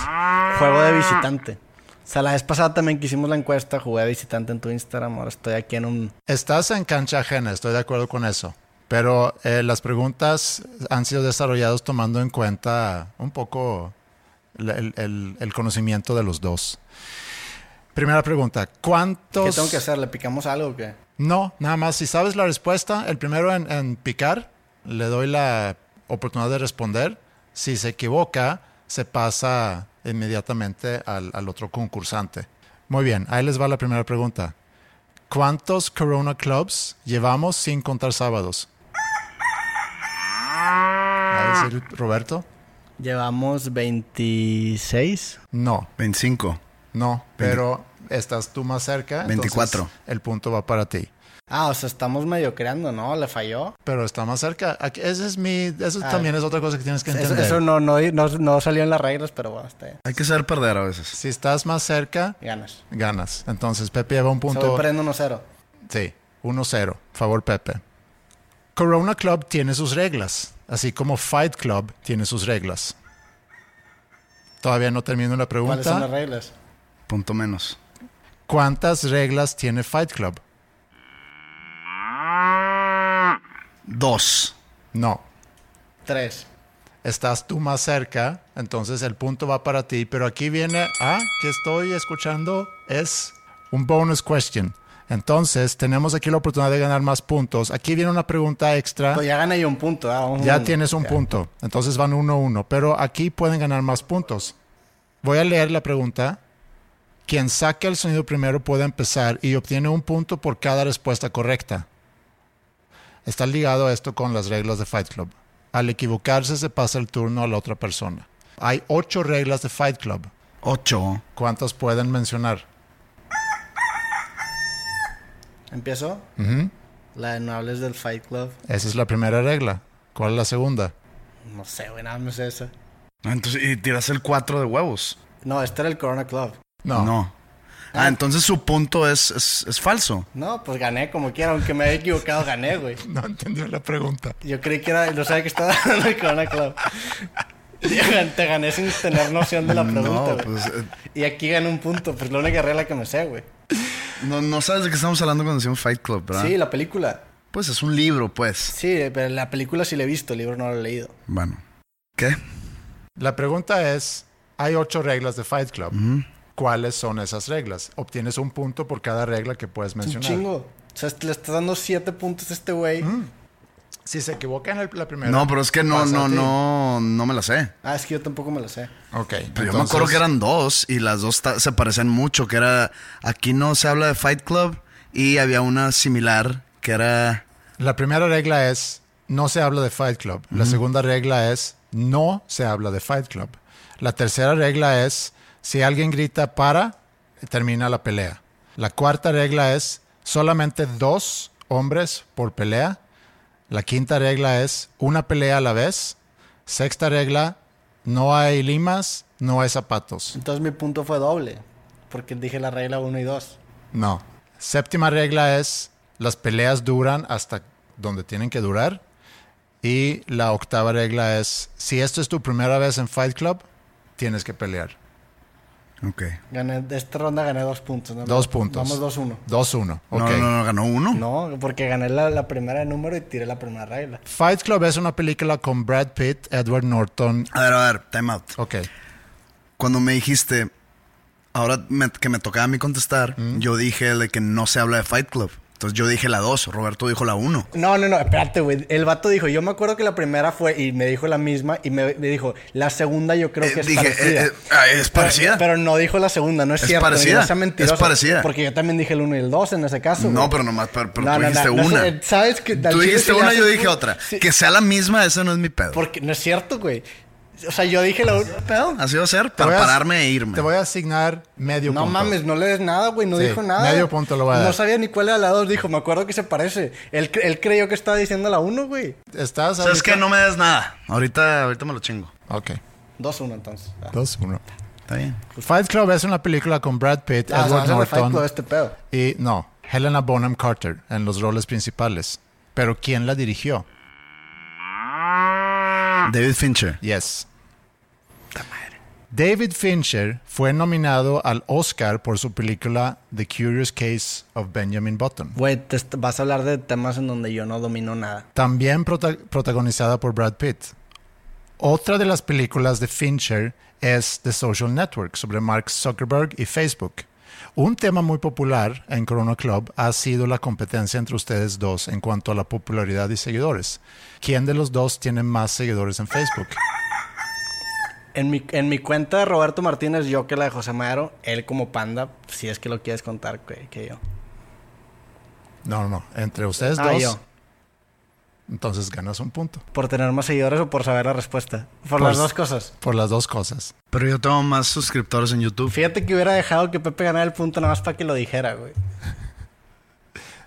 C: juego de visitante. O sea, la vez pasada también que hicimos la encuesta, jugué de visitante en tu Instagram. Ahora estoy aquí en un...
A: Estás en cancha ajena, estoy de acuerdo con eso. Pero eh, las preguntas han sido desarrolladas tomando en cuenta un poco el, el- el- el conocimiento de los dos. Primera pregunta, ¿cuántos...
C: ¿Qué tengo que hacer? ¿Le picamos algo o qué?
A: No, nada más, si sabes la respuesta, el primero en, en picar, le doy la oportunidad de responder. Si se equivoca, se pasa inmediatamente al, al otro concursante. Muy bien, ahí les va la primera pregunta. ¿Cuántos Corona Clubs llevamos sin contar sábados? Va a decir Roberto?
C: Llevamos 26.
A: No,
B: 25.
A: no, pero estás tú más cerca. entonces
B: 24.
A: El punto va para ti.
C: Ah, o sea, estamos medio creando, ¿no? ¿Le falló?
A: Pero está más cerca. Aquí- Ese es mi. Eso también es otra cosa que tienes que
C: Ah, Eso,
A: entender.
C: eso no, no, no, no salió en las reglas, pero bueno, está bien.
B: Hay que saber perder a veces.
A: Si estás más cerca,
C: Ganas.
A: ganas. Entonces, Pepe lleva un
C: Estoy
A: punto.
C: perdiendo 1-0.
A: Sí, 1-0. Favor, Pepe. Corona Club tiene sus reglas, así como Fight Club tiene sus reglas. Todavía no termino la
C: ¿Cuáles son las
A: pregunta.
C: reglas?
B: Punto menos.
A: ¿Cuántas reglas tiene Fight Club?
B: Dos.
A: No.
C: Tres.
A: Estás tú más cerca, entonces el punto va para ti. Pero aquí viene, ah, que estoy escuchando, es un bonus question. Entonces, tenemos aquí la oportunidad de ganar más puntos. Aquí viene una pregunta extra.
C: Pues ya gané yo un punto. ah, vamos
A: Ah. Ya
C: ganando.
A: tienes un punto. Entonces van 1-1. pero aquí pueden ganar más puntos. Voy a leer la pregunta. Quien saque el sonido primero puede empezar y obtiene un punto por cada respuesta correcta. Está ligado esto con las reglas de Fight Club. Al equivocarse se pasa el turno a la otra persona. Hay ocho reglas de Fight Club.
B: Ocho.
A: ¿Cuántas pueden mencionar?
C: ¿Empiezo? La de no hables del Fight Club.
A: Esa es la primera regla. ¿Cuál es la segunda?
C: No sé, güey, nada más esa.
B: Ah, Entonces, y tiras el cuatro de huevos.
C: No, este era el Corona Club.
A: No.
B: No. Ah, entonces su punto es, es, es falso.
C: No, pues gané como quiera, aunque me haya equivocado, gané, güey.
A: No entendió la pregunta.
C: Yo creí que era, no sabía que estaba [laughs] dando el Corona Club. Te gané sin tener noción de la pregunta,
B: No,
C: güey.
B: pues, eh,
C: Y aquí gané un punto, pues la única regla que me sé, güey.
B: no, no sabes de qué estamos hablando cuando decimos Fight Club,
A: Ah.
B: ¿verdad?
C: Sí, la película.
B: Pues es un libro, pues.
C: Sí, pero la película sí la he visto, el libro no lo he leído.
B: Bueno. ¿Qué?
A: La pregunta es, hay ocho reglas de Fight Club. ¿Cuáles son esas reglas? Obtienes un punto por cada regla que puedes
C: Es un
A: mencionar.
C: chingo. O sea, le estás dando siete puntos a este güey.
B: Mm.
A: Si se equivoca en el- la primera...
B: No, pero es que no,
A: pasa a
B: no,
A: ti.
B: no, no me la sé.
C: Ah, es que yo tampoco me lo sé.
A: Ok.
B: Pero yo me
A: entonces-
B: acuerdo que eran dos y las dos ta- se parecen mucho, que era, aquí no se habla de Fight Club y había una similar que era...
A: La primera regla es no se habla de Fight Club. La segunda regla es no se habla de Fight Club. La tercera regla es si alguien grita para, termina la pelea. La cuarta regla es solamente dos hombres por pelea. La quinta regla es una pelea a la vez. Sexta regla, no hay limas, no hay zapatos.
C: Entonces mi punto fue doble, porque dije la regla 1 y 2.
A: No. Séptima regla es las peleas duran hasta donde tienen que durar. Y la octava regla es si esto es tu primera vez en Fight Club, tienes que pelear.
B: Ok.
C: Gané, de esta ronda gané dos puntos. ¿no?
A: Dos puntos.
C: Vamos 2-1.
A: 2-1.
B: No,
A: ok.
B: no, no, ganó uno.
C: No, porque gané la, la primera de número y tiré la primera regla.
A: Fight Club es una película con Brad Pitt, Edward Norton.
B: A ver, a ver, time out.
A: Ok.
B: Cuando me dijiste, ahora me- que me tocaba a mí contestar,
A: Mm.
B: yo dije de que no se habla de Fight Club. Entonces yo dije la dos, Roberto dijo la uno.
C: No, no, no, espérate, güey. El vato dijo, yo me acuerdo que la primera fue y me dijo la misma y me, me dijo, la segunda yo creo
B: Eh,
C: que es
B: dije,
C: parecida.
B: eh, eh, ah, es parecida.
C: Pero, pero no dijo la segunda, no es,
B: Es
C: cierto. no
B: parecida,
C: sea
B: es
C: mentiroso,
B: parecida.
C: Porque yo también dije el 1 y el 2 en ese caso.
B: no,
C: güey.
B: pero nomás, pero, pero
C: No,
B: tú
C: no, no,
B: dijiste
C: no,
B: una.
C: eh, sabes que al
B: tú
C: chile
B: dijiste
C: sí le
B: una,
C: haces
B: yo dije
C: un-
B: otra.
C: sí.
B: Que sea la misma, ese no es mi pedo.
C: Porque no es cierto, güey. O sea, yo dije la un-
B: pedo? Así va a ser,
A: Te
B: para
A: voy a-
B: pararme e irme.
A: Te voy a asignar medio
C: No
A: punto.
C: mames, no le des nada, güey, no
A: Sí,
C: dijo nada.
A: medio punto lo voy a dar.
C: No sabía ni cuál era la 2, dijo, me acuerdo que se parece. Él, cre- él creyó que estaba diciendo la 1, güey.
A: ¿Estás
B: ¿Sabes
A: ahorita?
B: qué? No me des nada. Ahorita, ahorita me lo chingo.
A: Ok.
C: 2-1 entonces. Ah,
A: 2-1.
B: Está bien.
A: Fight Club es una película con Brad Pitt, Edward
C: Ah, se me hace
A: Norton.
C: perfecto este pedo.
A: Y no, Helena Bonham Carter en los roles principales. Pero ¿quién la dirigió?
C: Ah.
B: David Fincher.
A: Yes. David Fincher fue nominado al Oscar por su película The Curious Case of Benjamin Button,
C: Güey, te est- vas a hablar de temas en donde yo no domino nada.
A: también prota- protagonizada por Brad Pitt. Otra de las películas de Fincher es The Social Network sobre Mark Zuckerberg y Facebook. Un tema muy popular en Corona Club ha sido la competencia entre ustedes dos en cuanto a la popularidad y seguidores. ¿Quién de los dos tiene más seguidores en Facebook?
C: En mi, en mi cuenta de Roberto Martínez, yo que la de José Madero, él como panda, si es que lo quieres contar, güey, que yo.
A: No, no, no. Entre ustedes
C: Ah,
A: dos.
C: yo.
A: Entonces ganas un punto.
C: ¿Por tener más seguidores o por saber la respuesta? Por
A: Pues-
C: las dos cosas.
A: Por las dos cosas.
B: Pero yo tengo más suscriptores en YouTube.
C: Fíjate que hubiera dejado que Pepe ganara el punto nada más para que lo dijera, güey.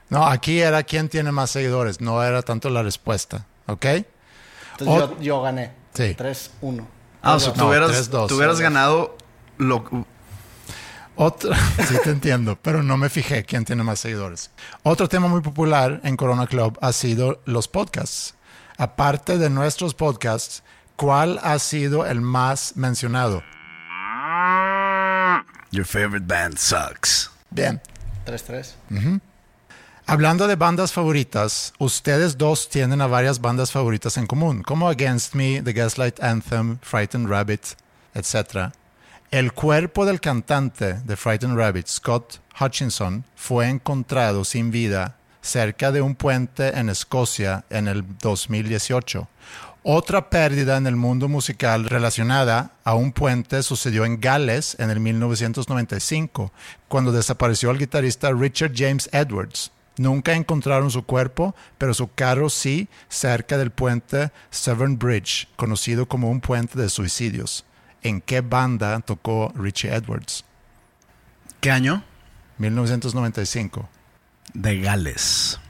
A: No, aquí era quién tiene más seguidores. No era tanto la respuesta. ¿Ok?
C: Entonces
A: Ot-
C: yo, yo gané.
A: Sí.
C: 3-1.
B: Ah, o sea,
A: No,
B: tú hubieras,
A: tres, dos.
B: tú hubieras ganado lo,
A: Otra, [laughs] sí te entiendo, pero no me fijé quién tiene más seguidores. Otro tema muy popular en Corona Club ha sido los podcasts. Aparte de nuestros podcasts, ¿cuál ha sido el más mencionado?
B: Your favorite band sucks.
A: Bien.
C: 3-3.
A: Hablando de bandas favoritas, ustedes dos tienen a varias bandas favoritas en común, como Against Me, The Gaslight Anthem, Frightened Rabbit, etc. El cuerpo del cantante de Frightened Rabbit, Scott Hutchinson, fue encontrado sin vida cerca de un puente en Escocia en el 2018. Otra pérdida en el mundo musical relacionada a un puente sucedió en Gales en el 1995, cuando desapareció el guitarrista Richard James Edwards. Nunca encontraron su cuerpo, pero su carro sí cerca del puente Severn Bridge, conocido como un puente de suicidios. ¿En qué banda tocó Richie Edwards?
B: ¿Qué año?
A: 1995.
B: De Gales.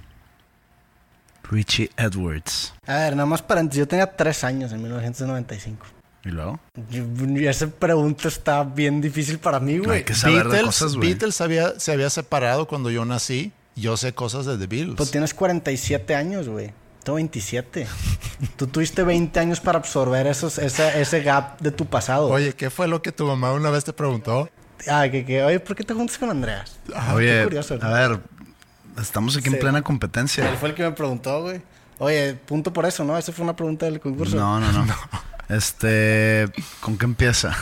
B: Richie Edwards.
C: A ver, nada más paréntesis. Yo tenía 3 años en 1995.
B: ¿Y luego?
C: Y esa pregunta está bien difícil para mí,
B: No
C: güey.
B: hay que saber de
A: Beatles-
B: cosas, güey.
A: Beatles había- se había separado cuando yo nací. Yo sé cosas de The Beatles.
C: Pues tienes 47 años, güey. Tengo 27. Tú tuviste 20 años para absorber esos, esa- ese gap de tu pasado.
A: Oye, ¿qué fue lo que tu mamá una vez te preguntó?
C: Ah, que, que, oye, ¿por qué te juntas con Andreas?
A: Ah,
B: Oye,
C: qué curioso, ¿no?
B: a ver, estamos aquí en plena competencia.
C: Él fue el que me preguntó, güey. Oye, punto por eso, ¿no? Esa fue una pregunta del concurso.
B: No, no, [laughs] no. Este, ¿con qué empieza?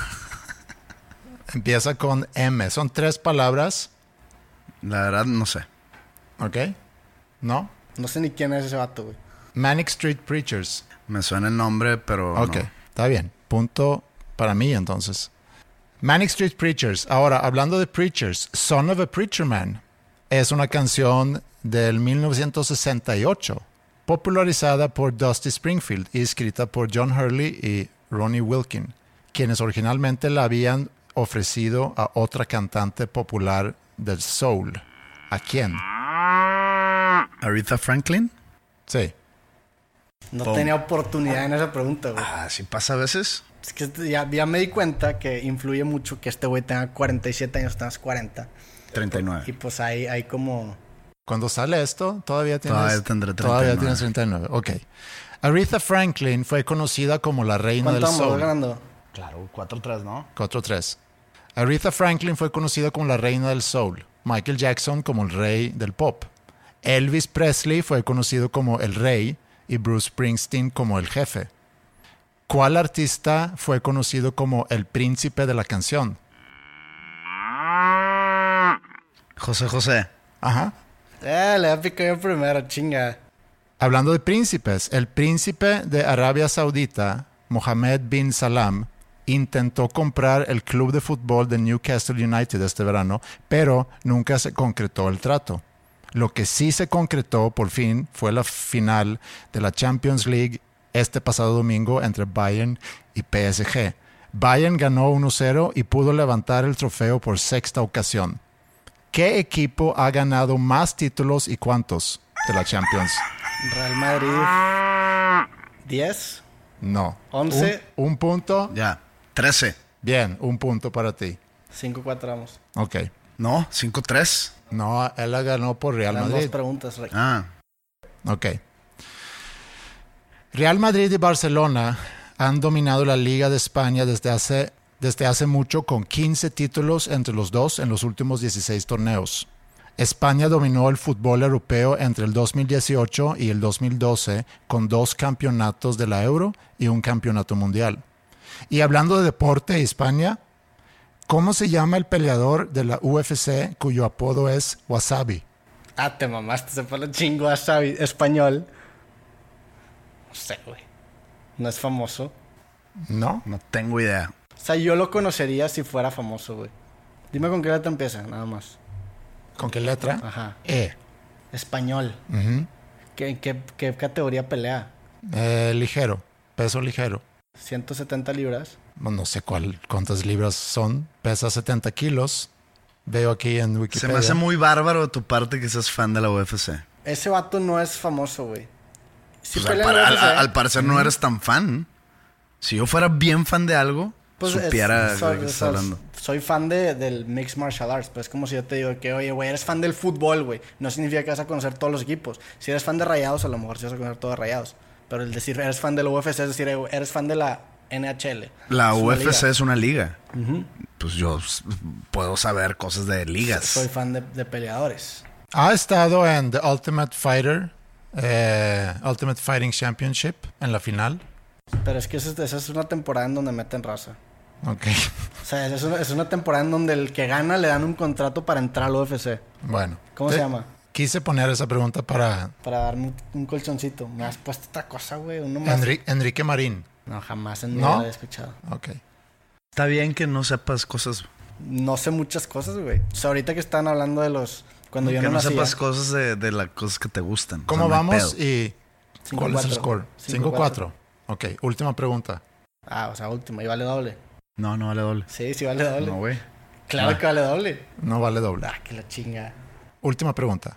A: Empieza con M. Son tres palabras,
B: La verdad, no sé.
A: ¿ok? ¿No?
C: No sé ni quién es ese vato, güey.
A: Manic Street Preachers.
B: Me suena el nombre, pero no.
A: Ok, está bien. Punto para mí entonces. Manic Street Preachers. Ahora, hablando de Preachers, Son of a Preacher Man es una canción del 1968, popularizada por Dusty Springfield y escrita por John Hurley y Ronnie Wilkin, quienes originalmente la habían ofrecido a otra cantante popular del soul. ¿A quién?
B: Aretha Franklin.
A: Sí.
C: No tenía oportunidad en esa pregunta, güey.
B: Ah, sí pasa a veces.
C: Es que este- ya, ya me di cuenta que influye mucho que este güey tenga 47 años, tengas 40. Y
B: 39.
C: pues ahí hay como...
A: Cuando sale esto, todavía tienes.
B: Todavía tendré 39.
A: Todavía tienes 39. Ok. Aretha Franklin fue conocida como la reina
C: ¿Cuánto
A: del
C: vamos
A: soul.
C: ganando?
B: Claro, 4-3, ¿no?
A: 4-3. Aretha Franklin fue conocida como la reina del soul. Michael Jackson como el rey del pop. Elvis Presley fue conocido como el rey y Bruce Springsteen como el jefe. ¿Cuál artista fue conocido como el príncipe de la canción?
B: José José.
A: Ajá.
C: Eh, le voy a picar yo primero, chinga.
A: Hablando de príncipes, el príncipe de Arabia Saudita, Mohammed bin Salam, intentó comprar el club de fútbol de Newcastle United este verano, pero nunca se concretó el trato. Lo que sí se concretó por fin fue la final de la Champions League este pasado domingo entre Bayern y PSG. Bayern ganó 1-0 y pudo levantar el trofeo por sexta ocasión. ¿Qué equipo ha ganado más títulos y cuántos de la Champions?
C: Real Madrid. 10.
A: No.
C: Once.
A: Un, un punto.
B: Ya. 13.
A: Bien, un punto para ti.
C: 5-4 vamos.
A: Ok.
B: No, 5-3.
A: No, él la ganó por Real
C: Las dos
A: Madrid.
C: preguntas, Rey.
B: Ah,
A: Ok. Real Madrid y Barcelona han dominado la Liga de España desde hace, desde hace mucho con 15 títulos entre los dos en los últimos 16 torneos. España dominó el fútbol europeo entre el 2018 y el 2012 con dos campeonatos de la Euro y un campeonato mundial. Y hablando de deporte y España, ¿cómo se llama el peleador de la UFC cuyo apodo es Wasabi?
C: Ah, te mamaste, se fue lo chingo a Xavi. Español. No sé, güey. No es famoso. O
A: ¿No?
B: no tengo idea.
C: sea, yo lo conocería si fuera famoso, güey. Dime con qué letra empieza, nada más.
A: ¿Con qué letra?
C: Ajá.
A: E.
C: Español. ¿Qué- en qué, qué categoría pelea?
A: Eh, ligero, peso ligero.
C: 170 libras.
A: No no sé cuál, cuántas libras son. Pesa 70 kilos. Veo aquí en
B: Se
A: Wikipedia.
B: me hace muy bárbaro de tu parte que seas fan de la UFC.
C: Ese vato no es famoso, güey. Si
B: Pues al,
C: pelea ¿eh? en
B: par-
C: UFC,
B: al- al parecer no eres tan fan. Si yo fuera bien fan de algo,
C: pues, es-
B: supiera
C: soy-
B: de qué estás
C: soy-
B: hablando.
C: Soy fan de, del Mixed Martial Arts. Pues es como si yo te digo que, oye, güey, eres fan del fútbol, güey. No significa que vas a conocer todos los equipos. Si eres fan de rayados, a lo mejor sí vas a conocer todos de rayados. Pero el decir eres fan del UFC es decir, "Eh, güey, eres fan de la NHL.
B: La
C: Es una
B: UFC
C: liga.
B: es una liga. Pues yo s- puedo saber cosas de ligas.
C: Soy fan de, de peleadores.
A: Ha estado en The Ultimate Fighter, eh, Ultimate Fighting Championship, en la final.
C: Pero es que esa es- esa es una temporada en donde meten raza.
A: Ok, [laughs]
C: O sea, es una, es una temporada en donde el que gana le dan un contrato para entrar al UFC.
A: bueno.
C: ¿Cómo
A: Te-
C: se llama?
A: Quise poner esa pregunta para
C: Para darme un, un colchoncito. Me has puesto esta cosa, güey. Uno más.
A: Enri- Enrique Marín.
C: No, jamás en mi
A: ¿No?
C: vida lo he escuchado.
A: Ok.
B: Está bien que no sepas cosas.
C: No sé muchas cosas, güey. O sea, ahorita que están hablando de los. Cuando yo
B: que
C: Mm, no,
B: no,
C: nacía.
B: sepas cosas de, de las cosas que te gustan. O
A: ¿Cómo
B: sea, no hay
A: vamos?
B: pedo.
A: ¿Y
C: Cinco,
A: cuál es el
C: cuatro.
A: score?
C: Cinco,
A: 5-4. Ok, última pregunta.
C: Ah, o sea, último. Y vale doble.
B: No, no vale doble.
C: Sí, sí vale doble.
B: No, güey.
C: claro que vale doble.
A: No vale doblar.
C: Ah, que la chinga.
A: Última pregunta.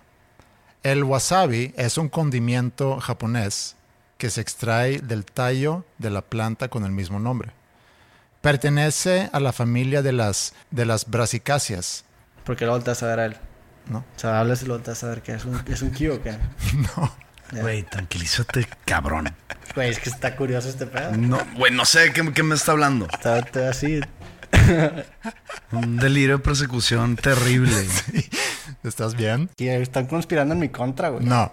A: El wasabi es un condimento japonés que se extrae del tallo de la planta con el mismo nombre. Pertenece a la familia de las, de las [laughs] brasicáceas.
C: Porque lo volteas a ver a él.
A: No.
C: O sea, hablas y lo volteas a ver que es un, es un kiwi o qué.
B: Güey, tranquilízate, cabrón.
C: [laughs] Güey, es que está curioso este pedo.
B: No, güey, no sé de qué, qué me está hablando.
C: Está, está así.
B: Un delirio de persecución [laughs] terrible.
A: ¿Estás bien?
C: Y están conspirando en mi contra, güey.
A: No.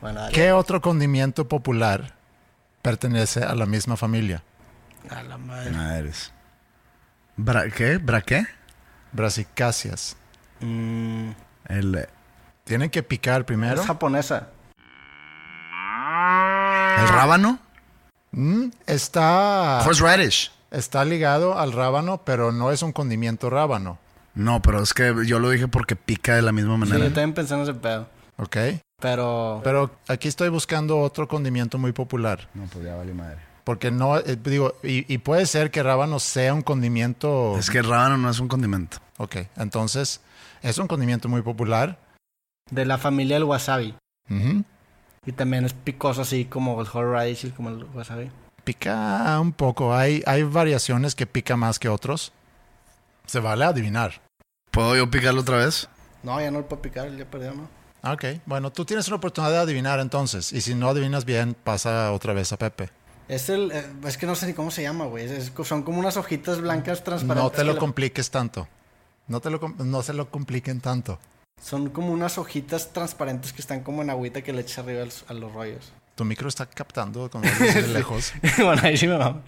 C: Bueno, dale.
A: ¿Qué otro condimento popular pertenece a la misma familia?
C: A la madre.
B: Madres. ¿Bra qué? ¿Bra qué?
A: Brasicáceas.
C: Mm,
B: El, el
A: Tienen que picar primero.
C: es japonesa. Ah.
B: rábano.
A: Mm, Está,
B: Horseradish.
A: está ligado al rábano, pero no es un condimento rábano.
B: No, pero es que yo lo dije porque pica de la misma
C: Sí, yo
B: manera.
C: también pensé en ese pedo.
A: ¿Ok?
C: Pero.
A: Pero aquí estoy buscando otro condimento muy popular.
B: No, pues ya vale madre.
A: Porque no, eh, digo, y, y puede ser que rábano sea un condimento.
B: Es que el rábano no es un condimento.
A: Ok, entonces es un condimento muy popular.
C: De la familia del wasabi.
A: Ujú.
C: Y también es picoso así como el horseradish y como el wasabi.
A: Pica un poco. Hay, hay variaciones que pica más que otros. Se vale adivinar.
B: ¿Puedo yo picarlo otra vez?
C: No, ya no lo puedo picar, ya perdió, ¿no?
A: Ah, Ok, bueno, tú tienes una oportunidad de adivinar entonces. Y si no adivinas bien, pasa otra vez a Pepe.
C: Es el. eh, Es que no sé ni cómo se llama, güey. Es- es- son como unas hojitas blancas transparentes.
A: No te
C: que
A: lo
C: le-
A: compliques tanto. No, te lo, com- no se lo compliquen tanto.
C: Son como unas hojitas transparentes que están como en agüita que le echas arriba al- a los rollos.
A: Tu micro está captando
B: [laughs]
A: con los de lejos.
C: [laughs] bueno, ahí sí me mamo.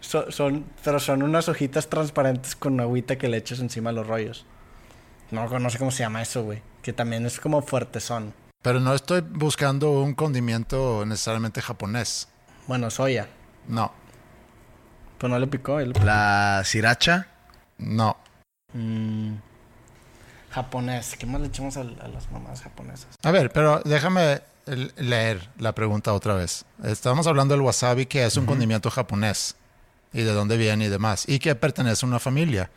C: So- son, pero son unas hojitas transparentes con agüita que le echas encima a los rollos. No, no sé cómo se llama eso, güey. Que también es como fuertezón.
A: Pero no estoy buscando un condimento necesariamente japonés.
C: Bueno, soya.
A: No,
C: Pero no le picó. él.
B: La sriracha.
A: no.
C: Mm. japonés. ¿Qué más le echamos al- a, las mamás japonesas?
A: A ver, pero déjame el- leer la pregunta otra vez. Estamos hablando del wasabi, que es un condimento japonés, y de dónde viene y demás, y que pertenece a una familia.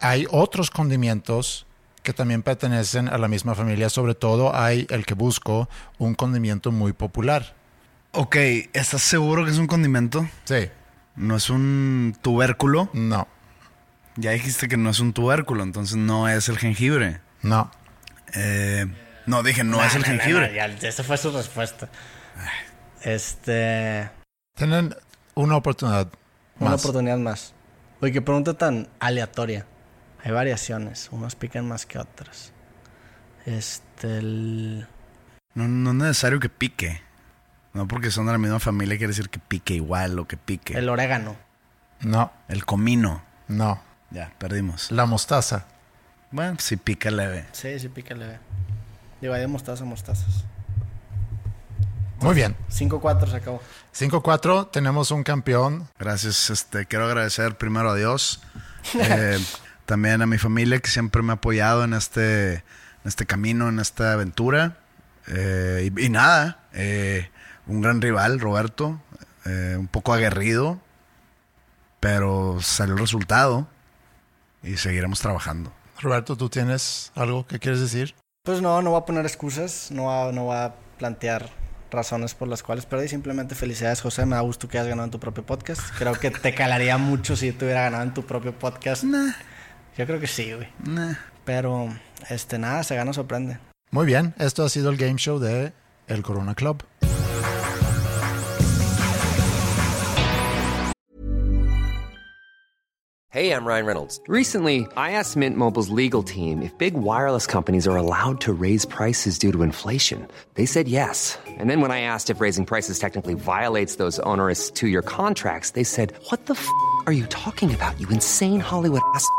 A: Hay otros condimientos que también pertenecen a la misma familia, sobre todo hay el que busco, un condimento muy popular.
B: Ok, ¿estás seguro que es un condimento?
A: Sí,
B: No es un tubérculo.
A: no,
B: Ya dijiste que no es un tubérculo, entonces no es el jengibre.
A: no.
B: Eh, no, dije, no es el jengibre.
C: No, ya, esa fue su respuesta. Este.
A: Tienen una oportunidad.
C: Una
A: más.
C: oportunidad más. Oye, qué pregunta tan aleatoria. Hay variaciones, unas pican más que otras. Este, el...
B: No, no es necesario que pique. No porque son de la misma familia quiere decir que pique igual o que pique.
C: el
B: El,
C: orégano.
A: No,
B: comino.
A: no.
B: Ya, perdimos.
A: La mostaza.
B: Bueno, si pica leve.
C: Sí, sí, pica leve. Digo, hay de mostaza, mostazas.
A: Muy bien.
C: 5-4 se acabó.
A: 5-4, tenemos un campeón.
B: Gracias, este, quiero agradecer primero a Dios, eh, también a mi familia que siempre me ha apoyado en este, en este camino, en esta aventura. Eh, y, y nada, eh, un gran rival, Roberto, eh, un poco aguerrido, pero salió el resultado y seguiremos trabajando.
A: Roberto, ¿tú tienes algo que quieres decir?
C: Pues no, no va a poner excusas, no va, no va a plantear razones por las cuales perdí. Simplemente felicidades, José. Me da gusto que hayas ganado en tu propio podcast. Creo que te calaría [laughs] mucho si te hubiera ganado en tu propio podcast.
B: Nah,
C: Yo creo que sí, güey.
B: nah.
C: Pero, este, nada, se gana, sorprende.
A: Muy bien, esto ha sido el game show de El Corona Club.
D: Hey, I'm Ryan Reynolds. Recently, I asked Mint Mobile's legal team if big wireless companies are allowed to raise prices due to inflation. They said yes. And then when I asked if raising prices technically violates those onerous two year contracts, they said, What the f are you talking about, you insane Hollywood ass? f-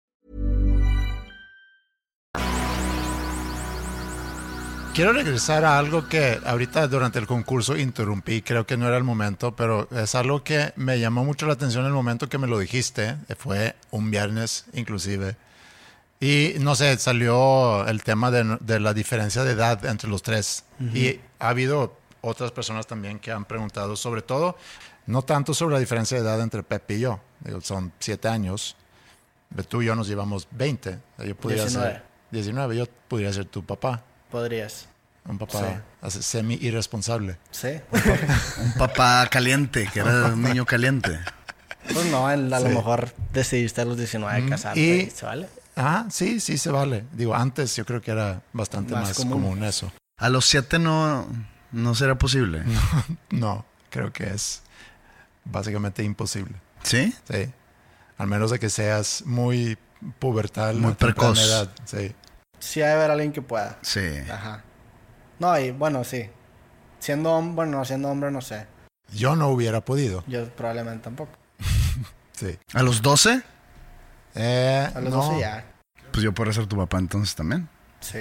A: Quiero regresar a algo que ahorita durante el concurso interrumpí, creo que no era el momento, pero es algo que me llamó mucho la atención en el momento que me lo dijiste, fue un viernes inclusive, y no sé, salió el tema de, de la diferencia de edad entre los tres, y ha habido otras personas también que han preguntado, sobre todo, no tanto sobre la diferencia de edad entre Pepe y yo, Digo, son siete años, tú y yo nos llevamos 20, yo pudiera ser
C: 19.
A: 19, yo podría ser tu papá.
C: Podrías.
A: Un papá así, semi irresponsable.
C: Sí.
B: Un papá caliente, que era un niño caliente.
C: [laughs] Pues no, el- a lo mejor decidiste a los 19 casarte
A: y-
C: y se vale.
A: Ah, sí, sí se vale. Digo, antes yo creo que era bastante más,
C: Más
A: común.
C: común.
A: eso.
B: A los siete no, no será posible.
A: No, creo que es básicamente imposible.
B: ¿Sí?
A: Sí. Al menos de que seas muy pubertal.
B: Muy
A: a temprana
B: precoz.
A: edad, Sí.
C: Sí, ha de haber alguien que pueda.
B: Sí.
C: Ajá. No, y bueno, sí. Siendo hombre, bueno, no siendo hombre, no sé.
A: Yo no hubiera podido.
C: Yo probablemente tampoco.
A: Sí.
B: ¿A los doce?
A: Eh,
C: A los
A: no,
C: 12 ya.
B: Pues yo podría ser tu papá entonces también.
C: Sí.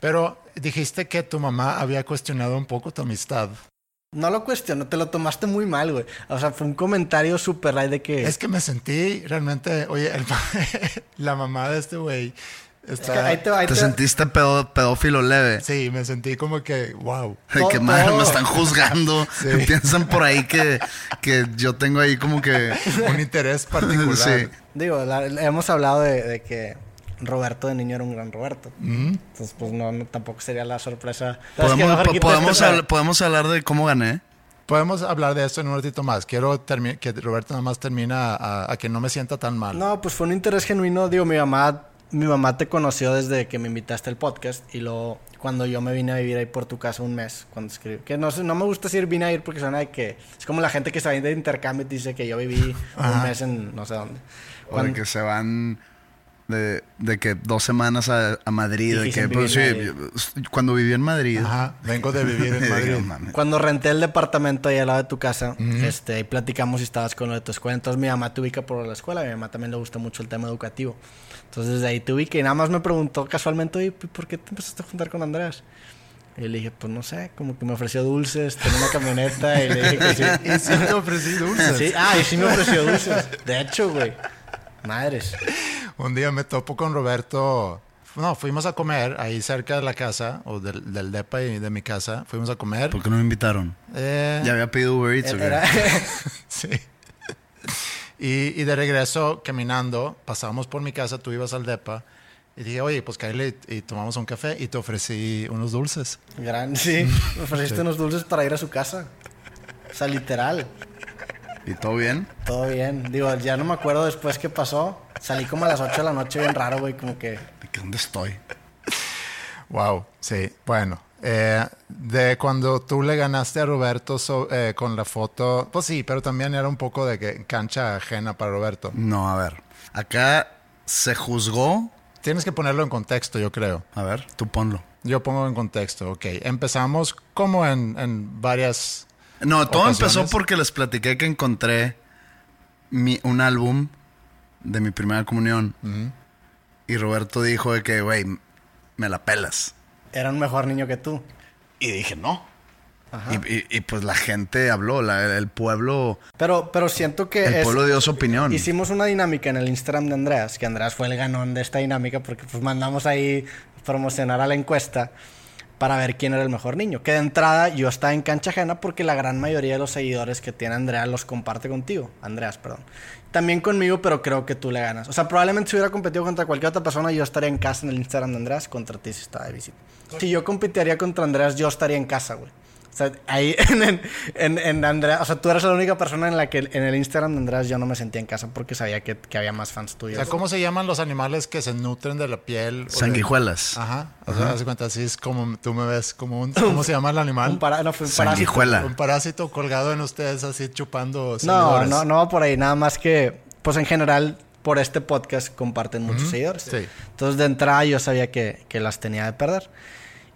A: Pero dijiste que tu mamá había cuestionado un poco tu amistad.
C: No lo cuestiono, te lo tomaste muy mal, güey. O sea, fue un comentario súper light de que...
A: Es que me sentí realmente, oye, el pa- [laughs] la mamá de este güey
C: Es
A: está...
C: que ahí te, ahí
B: Te
C: te-
B: sentiste pedo- pedófilo leve.
A: Sí, me sentí como que,
B: [laughs]
A: wow.
B: De que
C: Todo-
B: madre,
C: todo.
B: me están juzgando. Piensan por ahí que, que yo tengo ahí como que.
A: Un interés particular.
B: Sí.
C: Digo, la- hemos hablado de, de que Roberto de niño era un gran Roberto. Entonces, pues no, no, tampoco sería la sorpresa. ¿Sabes qué?
B: Podemos,
C: Mejor
B: po-
C: quita
B: podemos,
C: este
B: habl- podemos hablar de cómo gané.
A: Podemos hablar de esto en un ratito más. Quiero termi- que Roberto nada más termina a, a que no me sienta tan mal.
C: No, pues fue un interés genuino. Digo, mi mamá, mi mamá te conoció desde que me invitaste al podcast y luego cuando yo me vine a vivir ahí por tu casa un mes, cuando escribí. Que no sé, no me gusta decir vine a ir porque suena de que es como la gente que se va de intercambio y te dice que yo viví un mes en no sé dónde.
B: O de
C: Cuando-
B: que se van de, de que dos semanas a, a Madrid.
C: Y
B: de que,
C: dicen
B: pues,
C: vivir
B: sí,
C: en
B: yo- cuando viví en Madrid.
A: Ajá, vengo de vivir en
B: [laughs] dije,
A: Madrid.
B: "No mames".
C: Cuando renté el departamento ahí al lado de tu casa, este, ahí platicamos y estabas con lo de tu escuela. Entonces mi mamá te ubica por la escuela, a mi mamá también le gusta mucho el tema educativo. Entonces desde ahí te ubica y nada más me preguntó casualmente, oye, pues, ¿por qué te empezaste a juntar con Andrés? Y le dije, pues no sé, como que me ofreció dulces, tenía una camioneta y le dije que sí.
A: [laughs] Y [laughs] sí te ofrecí dulces.
C: Sí, ah, y sí me ofreció dulces. De hecho, güey. Madres.
A: Un día me topo con Roberto. No, fuimos a comer ahí cerca de la casa, o del, del depa y de mi casa. Fuimos a comer.
B: ¿Por qué no me invitaron?
A: Eh,
B: Ya había pedido Uber Eats. ¿o qué?
C: Era-
A: [laughs]
C: [laughs]
A: Sí. Y, y de regreso, caminando, pasábamos por mi casa, tú ibas al depa. Y dije, oye, pues cállate y, y tomamos un café. Y te ofrecí unos dulces.
C: Gran, sí. Me ofreciste unos dulces para ir a su casa. O sea, literal.
B: ¿Y todo bien?
C: Todo bien. Digo, ya no me acuerdo después qué pasó. Salí como a las 8 de la noche bien raro, güey, como que...
B: ¿De qué dónde estoy?
A: Wow, sí. Bueno, eh, de cuando tú le ganaste a Roberto so- eh, con la foto, pues sí, pero también era un poco de que cancha ajena para Roberto.
B: No, a ver. Acá se juzgó.
A: Tienes que ponerlo en contexto, yo creo.
B: A ver, tú ponlo.
A: Yo pongo en contexto, ok. Empezamos como en, en varias...
B: No, todo
A: Ocasiones.
B: empezó porque les platiqué que encontré mi, un álbum de mi primera comunión. Y Roberto dijo de que, güey, me la pelas.
C: Era un mejor niño que tú.
B: Y dije, no. Y, y- y, pues la gente habló, la- el pueblo,
C: Pero, pero siento que...
B: el
C: es-
B: pueblo dio su opinión.
C: Hicimos una dinámica en el Instagram de Andreas, que Andreas fue el ganón de esta dinámica porque pues mandamos ahí promocionar a la encuesta para ver quién era el mejor niño. Que de entrada yo estaba en cancha ajena porque la gran mayoría de los seguidores que tiene Andreas los comparte contigo. Andreas, perdón. También conmigo, pero creo que tú le ganas. O sea, probablemente si hubiera competido contra cualquier otra persona, yo estaría en casa en el Instagram de Andreas contra ti si estaba de visita. Si yo competiría contra Andreas, yo estaría en casa, güey. O sea, ahí [laughs] en, en, en- en Andrea, o sea, tú eres la única persona en la que en el Instagram de Andreas yo no me sentía en casa porque sabía que, que había más fans
A: O
C: tuyos.
A: sea, ¿cómo se llaman los animales que se nutren de la piel? o de-
B: Sanguijuelas.
A: Ajá. O sea, haz de cuenta, así es como tú me ves, como un... ¿Cómo se llama el animal?
C: Un para- no, fue un parásito.
B: Sanguijuela.
A: Un parásito colgado en ustedes así chupando
C: No,
A: seguidores.
C: no, no va por ahí. Nada más que, pues en general, por este podcast comparten muchos seguidores.
A: Sí.
C: Entonces, de entrada, yo sabía que, que las tenía de perder.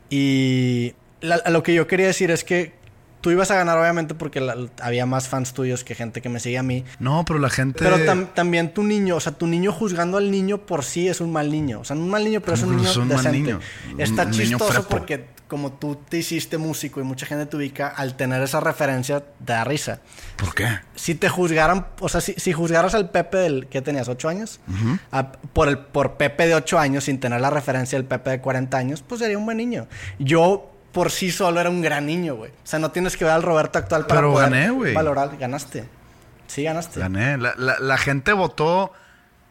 C: Y la- lo que yo quería decir es que tú ibas a ganar, obviamente, porque la- había más fans tuyos que gente que me sigue a mí.
B: No, pero la gente.
C: Pero tam- también tu niño, o sea, tu niño juzgando al niño por sí es un mal niño. O sea, no un mal niño, pero es un
B: Pues
C: niño
B: es un mal
C: decente.
B: niño.
C: Está
B: Un niño
C: chistoso
B: frepo.
C: porque como tú te hiciste músico y mucha gente te ubica, al tener esa referencia te da risa.
B: ¿Por qué?
C: Si te juzgaran, o sea, si, si juzgaras al Pepe del que tenías 8 años, a- por el por Pepe de 8 años sin tener la referencia del Pepe de 40 años, pues sería un buen niño. Yo por sí solo era un gran niño, güey. O sea, no tienes que ver al Roberto actual para
B: Pero
C: poder
B: gané, güey.
C: valorar, ganaste. Sí, ganaste.
B: Gané. La, la- la gente votó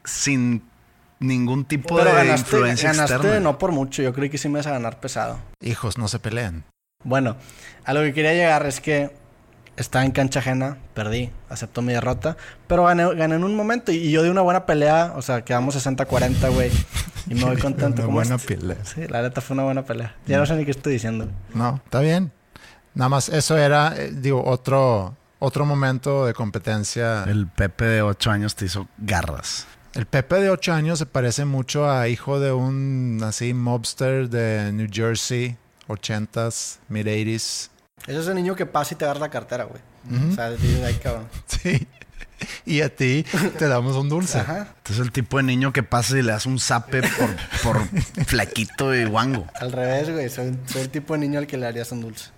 B: sin ningún tipo
C: Pero
B: de
C: ganaste,
B: influencia
C: ganaste
B: externa.
C: no por mucho. Yo creí que sí me ibas a ganar pesado.
A: Hijos, no se peleen.
C: Bueno, a lo que quería llegar es que estaba en cancha ajena, perdí, acepto mi derrota, pero gané, gané en un momento y, y yo di una buena pelea, o sea, quedamos 60-40, güey,
A: [laughs]
C: y me voy
A: Una
C: contento. ¿Cómo
A: buena
C: est-
A: pelea.
C: Sí, la neta fue una buena pelea. Ya no sé ni qué estoy diciendo.
A: No, está bien. Nada más, eso era, eh, digo, otro, otro momento de competencia. El,
B: El Pepe de 8 años te hizo garras.
A: Pepe de 8 años se parece mucho a hijo de un así mobster de New Jersey, 80s, mid 80s.
C: Ese es el niño que pasa y te agarra la cartera, güey. O sea, dices, ay, cabrón.
A: [laughs] Sí. Y a ti te damos un dulce.
C: Ajá,
B: Entonces el tipo de niño que pasa y le das un zape por,
C: [laughs]
B: por flaquito y guango.
C: al revés, güey, soy, soy el tipo de niño al que le harías un dulce.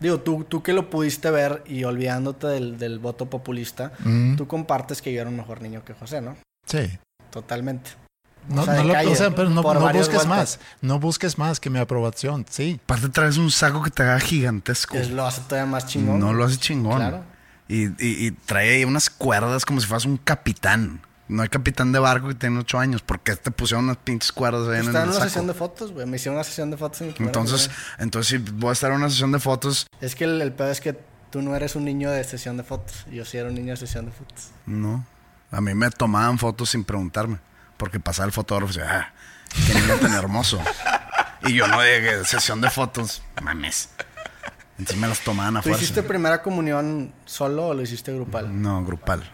C: Digo, tú, tú que lo pudiste ver y olvidándote del, del voto populista, tú compartes que yo era un mejor niño que José, ¿no?
A: Sí.
C: Totalmente.
A: No,
C: O sea, de
A: no lo-
C: calle,
A: o sea, pero no,
C: por
A: no
C: varias
A: busques
C: vueltas.
A: más. No busques más que mi aprobación. Sí.
B: Aparte traes un saco que te haga gigantesco.
C: Es- lo hace todavía más chingón.
B: No lo hace chingón.
C: Claro.
B: Y, y- y trae ahí unas cuerdas como si fueras un capitán. No hay capitán de barco que tiene 8 años. porque te pusieron unas pinches cuerdas ahí en el
C: Estaba en una
B: saco?
C: sesión de fotos, güey. Me hicieron una sesión de fotos en mi primer
B: Entonces,
C: lugar.
B: entonces si voy a estar en una sesión de fotos,
C: Es que el, el pedo es que tú no eres un niño de sesión de fotos. Yo sí era un niño de sesión de fotos.
B: no. A mí me tomaban fotos sin preguntarme. Porque pasaba el fotógrafo y decía, ah, qué niño tan hermoso. Y yo no dije, sesión de fotos, mames. Entonces me las tomaban a
C: ¿Tú
B: fuerza.
C: hiciste primera comunión solo o lo hiciste grupal?
B: No, grupal.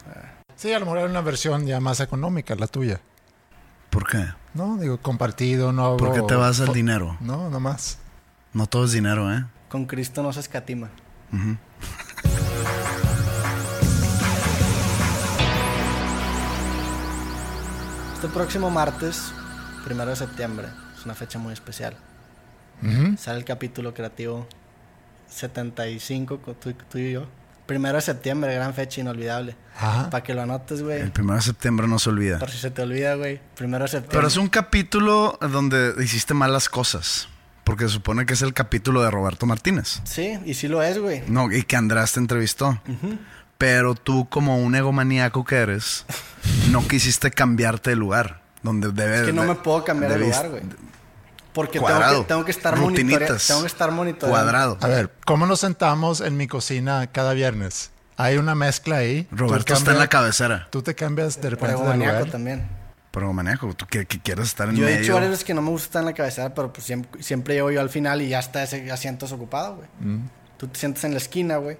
A: Sí, a lo mejor era una versión ya más económica, la tuya.
B: ¿Por qué?
A: No, digo, compartido, no.
B: ¿Por qué
A: hubo-
B: te
C: Oh.
B: vas al dinero?
A: No, nomás.
B: No todo es dinero, ¿eh?
C: Con Cristo no se escatima. Este próximo martes, primero de septiembre, es una fecha muy especial. Sale el capítulo creativo 75, con tú, tú y yo. Primero de septiembre, gran fecha inolvidable.
A: Ajá.
C: Para que lo anotes, güey.
B: El primero de septiembre no se olvida.
C: Por si se te olvida, güey. Primero de septiembre.
B: Pero es un capítulo donde hiciste malas cosas. Porque se supone que es el capítulo de Roberto Martínez.
C: Sí, y sí lo es, güey.
B: No, y que András te entrevistó. Pero tú, como un egomaníaco que eres, no quisiste cambiarte de lugar. Donde debe
C: Es que no
B: de-
C: me puedo cambiar de
B: debiste-
C: lugar, güey. Porque tengo
B: Cuadrado.
C: que, tengo que estar monitoreando.
B: Rutinitas.
C: Tengo que estar monitoreando.
B: Cuadrado.
A: A ver, ¿cómo nos sentamos en mi cocina cada viernes? Hay una mezcla ahí. Tú
B: Roberto está
A: cambias-
B: en la cabecera.
A: Tú te cambias de repente
C: Pero
A: de
C: maníaco
A: lugar.
C: también.
B: Pero egomaníaco, tú que, que quieres estar en
C: Yo he
B: medio.
C: dicho varias veces que no me gusta estar en la cabecera, pero pues siempre, siempre llego yo al final y ya está ese asiento ocupado, güey.
B: Mm.
C: Tú te sientas en la esquina, güey.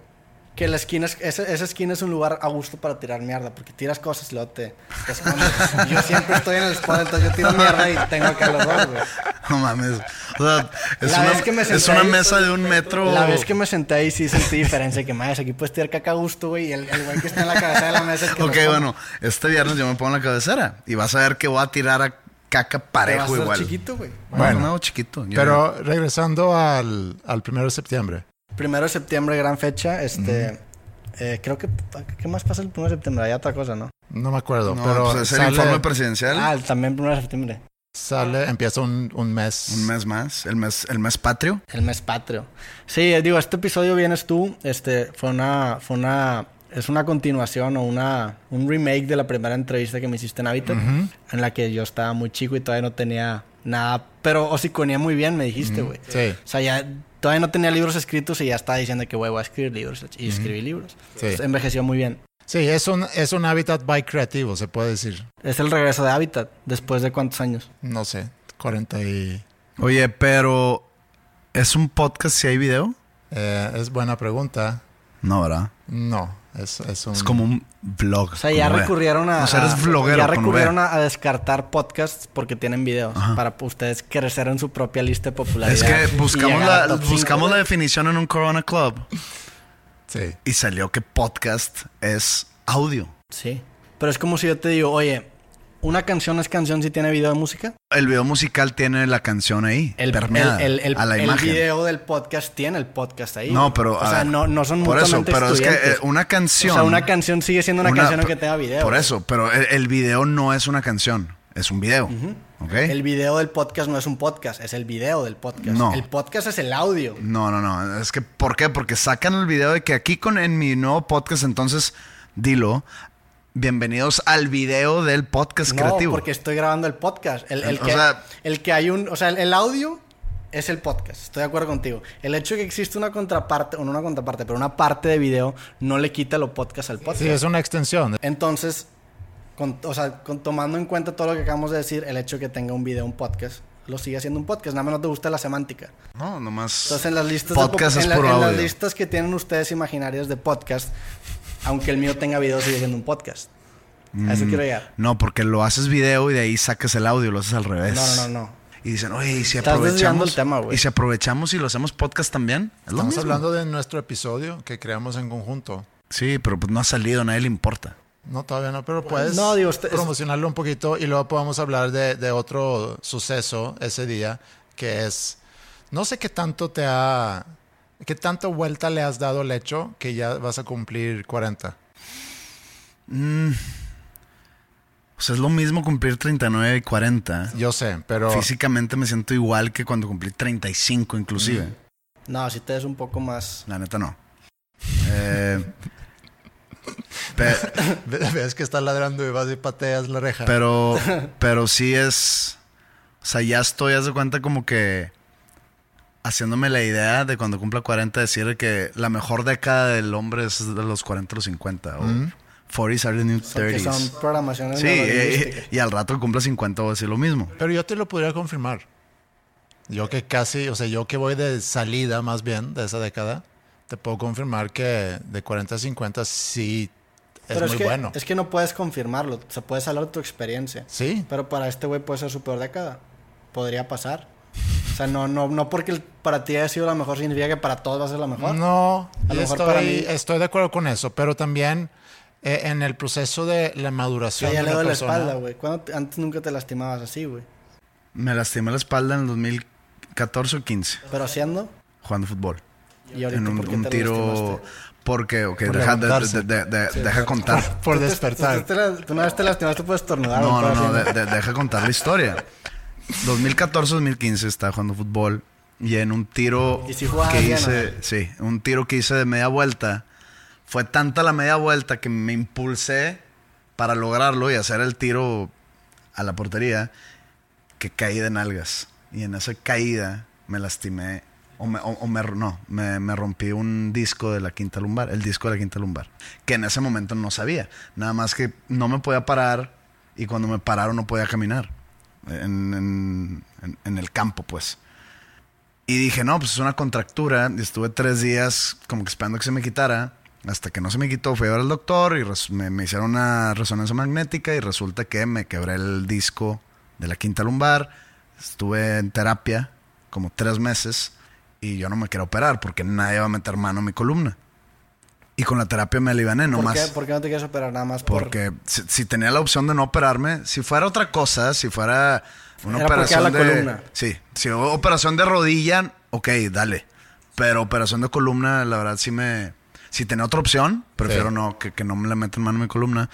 C: Que la esquina, es- esa, esa esquina es un lugar a gusto para tirar mierda, porque tiras cosas y luego te,
B: [laughs]
C: te escondes. Y yo siempre estoy en el spot, entonces yo tiro mierda y tengo acá los dos, güey.
B: [laughs] No mames. O sea, es
C: La
B: una,
C: vez que me
B: es
C: senté
B: una
C: ahí,
B: mesa de un metro.
C: La vez que me senté ahí sí sentí diferencia, que más, aquí puedes tirar caca a gusto, güey, y el el güey que está en la cabeza de la mesa... es el que
B: Ok,
C: los pone.
B: bueno, este viernes yo me pongo en la cabecera y vas a ver que voy a tirar a caca
C: Te vas a
B: parejo
C: hacer
B: igual.
C: chiquito, güey.
B: Bueno,
A: Bueno.
B: no, chiquito. yo no.
A: Pero regresando al, al primero de septiembre.
C: Primero de septiembre, gran fecha, este... eh, creo que... ¿Qué más pasa el primero de septiembre? Hay otra cosa, ¿no?
A: No me acuerdo,
B: No,
A: pero
B: pues es el
A: sale,
B: informe presidencial.
C: Ah, el- también primero de septiembre.
A: sale- empieza un, un mes.
B: Un mes más, el mes, el mes patrio.
C: El mes patrio. Sí, eh, digo, este episodio vienes tú. Este fue una, fue una, es una continuación o una, un remake de la primera entrevista que me hiciste en Habitat, en la que yo estaba muy chico y todavía no tenía nada, pero osiconía muy bien, me dijiste, güey.
A: sí.
C: O sea, ya todavía no tenía libros escritos y ya estaba diciendo que, güey, voy a escribir libros y escribí libros. Entonces, envejeció muy bien.
A: Sí, es un, es un habitat by creativo, se puede decir.
C: Es el regreso de Habitat, después de cuántos años.
A: No sé, 40 y...
B: Oye, pero ¿es un podcast si hay video?
A: eh, es buena pregunta.
B: No, ¿verdad?
A: No, es, es un...
B: Es como un vlog.
C: O sea, ya recurrieron a.
B: O sea, eres
C: a-
B: vloguero.
C: Ya
B: con V.
C: recurrieron a, a descartar podcasts porque tienen videos. Para pues, ustedes crecer en su propia lista de
B: Es
C: popularidad.
B: que
C: y
B: buscamos
C: llegar
B: la,
C: al top cinco.
B: buscamos la definición en un Corona Club
A: Sí.
B: y salió que podcast es audio.
C: Sí. Pero es como si yo te digo, oye, una canción es canción si tiene video de música.
B: El video musical tiene la canción ahí,
C: El,
B: permeada
C: el, el- el-
B: a la
C: el
B: imagen.
C: video del podcast tiene el podcast ahí.
B: No,
C: güey.
B: pero
C: O
B: a
C: sea,
B: ver,
C: no, no son
B: por eso,
C: mutuamente
B: pero es que eh,
C: excluyentes.
B: una canción.
C: O sea, una canción sigue siendo una, canción aunque
B: pe-
C: tenga video.
B: Por
C: güey.
B: eso, pero el, el video no es una canción, es un video. ¿ok?
C: El video del podcast no es un podcast, es el video del podcast.
B: No. Mm,
C: El podcast es el audio. güey.
B: No, no, no. Es que, ¿por qué? Porque sacan el video de que aquí con en mi nuevo podcast, entonces, dilo. Bienvenidos al video del podcast
C: No,
B: creativo.
C: porque estoy grabando el podcast. El, el
B: O
C: que,
B: sea-
C: el que hay un. O sea, el, el audio es el podcast. Estoy de acuerdo contigo. El hecho de que existe una contraparte, o no una contraparte, pero una parte de video no le quita lo podcast al podcast.
A: Sí, es una extensión.
C: Entonces, con- o sea, con- tomando en cuenta todo lo que acabamos de decir, el hecho de que tenga un video, un podcast, lo sigue haciendo un podcast. Nada más no te gusta la semántica.
B: No, nomás.
C: Entonces, en las listas de
B: Podcast
C: pop-
B: es
C: en la-
B: puro
C: en las
B: audio.
C: listas que tienen ustedes imaginarias de podcast, aunque el mío tenga video, sigue siendo un podcast. A
B: Mm,
C: eso quiero llegar.
B: No, porque lo haces video y de ahí sacas el audio, lo haces al revés.
C: No, no, no, no.
B: Y dicen, oye, ¿y si
C: Estás desviando
B: aprovechamos.
C: el tema, güey.
B: y si aprovechamos y lo hacemos podcast también. ¿Es lo
A: Estamos
B: mismo?
A: hablando de nuestro episodio que creamos en conjunto.
B: Sí, pero pues no ha salido, a nadie le importa.
A: No, todavía no, pero puedes
C: no, digo, este- es-
A: promocionarlo un poquito y luego podemos hablar de, de otro suceso ese día, que es, no sé qué tanto te ha, qué tanta vuelta le has dado al hecho que ya vas a cumplir 40.
B: O sea, es lo mismo cumplir 39 y 40.
A: Yo sé, pero
B: Físicamente me siento igual que cuando cumplí 35 inclusive.
C: Mm. No, si te ves un poco más.
B: La neta no. Eh, [laughs] pe-
A: [laughs] ves que está ladrando y vas y pateas la reja.
B: pero,
C: [laughs]
B: pero sí es... O sea, ya estoy, haz de cuenta como que... Haciéndome la idea de cuando cumpla 40 decir que la mejor década del hombre es de los 40 a los 50. O
A: Mm.
B: 40s are the new
C: son- que
B: 30s.
C: son programaciones
B: sí,
C: neurolingüísticas.
B: eh, y, al rato que cumpla 50 voy a decir lo mismo.
A: Pero yo te lo podría confirmar. Yo que casi, o sea, yo que voy de salida más bien de esa década, te puedo confirmar que de 40 a 50 sí es
C: Pero
A: muy
C: que,
A: bueno.
C: Es que no puedes confirmarlo. O sea, puedes hablar de tu experiencia.
A: Sí.
C: Pero para este güey puede ser su peor década. Podría pasar. O sea, no, no, no porque el- para ti haya sido la mejor significa que para todos va a ser la mejor.
A: No,
C: A lo mejor
A: estoy,
C: para mí-
A: estoy de acuerdo con eso, pero también eh, en el proceso de la maduración
C: Ya, ya
A: de
C: le
A: una
C: doy la
A: persona,
C: espalda, güey. ¿Cuándo te- Antes nunca te lastimabas así, güey.
B: Me lastimé la espalda en el 2014 o 15
C: Pero haciendo.
B: jugando fútbol.
C: Y ahorita,
B: en un,
C: ¿por qué
B: un
C: te
B: tiro
C: lastimaste?
B: porque ok,
A: Por
B: deja, de-
A: levantarse.
B: de- de- de- deja
C: [laughs]
B: contar
A: por
C: Tú,
A: despertar.
C: te la- tú una vez te lastimaste, puedes tornudar.
B: no
C: güey,
B: no
C: pero
B: no
C: haciendo.
B: de- de- deja contar la historia 2014 2015 estaba jugando fútbol y en un tiro
C: ¿Y si jugabas
B: que
C: bien,
B: hice sí un tiro que hice de media vuelta fue tanta la media vuelta que me impulsé para lograrlo y hacer el tiro a la portería que caí de nalgas. Y en esa caída me lastimé. O me, o- o me- no, me, me rompí un disco de la quinta lumbar, el disco de la quinta lumbar, que en ese momento no sabía. Nada más que no me podía parar y cuando me pararon no podía caminar en, en- en- en el campo, pues. Y dije, no, pues es una contractura. Y estuve tres días como que esperando que se me quitara. Hasta que no se me quitó, fui a ver al doctor y res- me, me hicieron una resonancia magnética y resulta que me quebré el disco de la quinta lumbar. Estuve en terapia como tres meses y yo no me quiero operar porque nadie va a meter mano a mi columna. Y con la terapia me aliviané
C: ¿Por,
B: nomás.
C: qué, por qué no te quieres operar nada más? por-
B: Porque si, si tenía la opción de no operarme, si fuera otra cosa, si fuera una
C: Era porque era
B: operación
C: la
B: de
C: columna.
B: sí, si hubo operación de rodilla, ok, dale. Pero operación de columna, la verdad sí me si tenía otra opción, prefiero
A: Sí.
B: no que, que no me la metan mano a mi columna.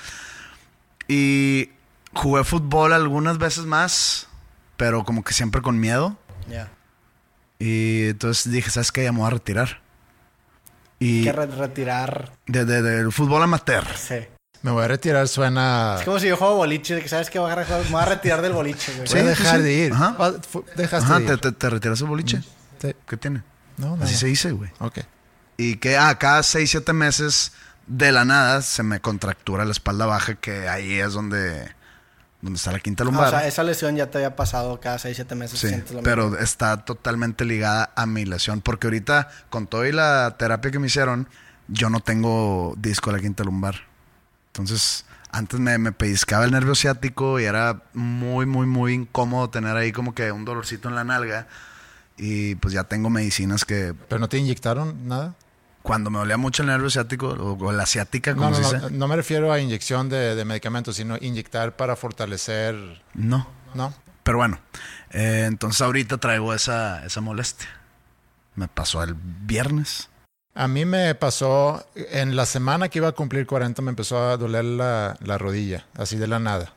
B: Y jugué fútbol algunas veces más, pero como que siempre con miedo.
C: Ya.
B: Y entonces dije, ¿sabes qué? Ya me voy a retirar. Y
C: Que re- retirar.
B: desde el fútbol amateur.
C: Sí.
A: Me voy a retirar, suena...
C: Es como si yo juego boliche, de que sabes que voy a agarrar- me voy a retirar del boliche, güey.
A: Voy a
B: Sí,
A: dejar
B: sí.
A: de ir.
B: Ajá.
A: Ah, fu- Dejaste
B: Ajá,
A: de
B: te,
A: ir.
B: te, te retiras el boliche.
A: Sí.
B: ¿Qué tiene?
A: No,
B: Así
A: nada.
B: se dice, güey.
A: Ok.
B: Y que ah, cada 6, 7 meses de la nada se me contractura la espalda baja, que ahí es donde, donde está la quinta
C: Ah, o
B: lumbar.
C: sea, esa lesión ya te había pasado cada 6, 7 meses.
B: sí,
C: sientes lo mismo.
B: pero está totalmente ligada a mi lesión, porque ahorita con toda la terapia que me hicieron, yo no tengo disco de la quinta lumbar. Entonces, antes me, me pellizcaba el nervio ciático y era muy, muy, muy incómodo tener ahí como que un dolorcito en la nalga. Y pues ya tengo medicinas que
A: ¿Pero no te inyectaron nada?
B: cuando me dolía mucho el nervio asiático o, o la asiática,
A: No,
B: como
A: no,
B: se
A: no,
B: dice.
A: no me refiero a inyección de, de medicamentos, sino inyectar para fortalecer.
B: No.
A: No.
B: Pero bueno, eh, entonces ahorita traigo esa, esa molestia. Me pasó el viernes.
A: A mí me pasó, en la semana que iba a cumplir 40 me empezó a doler la, la rodilla, así de la nada.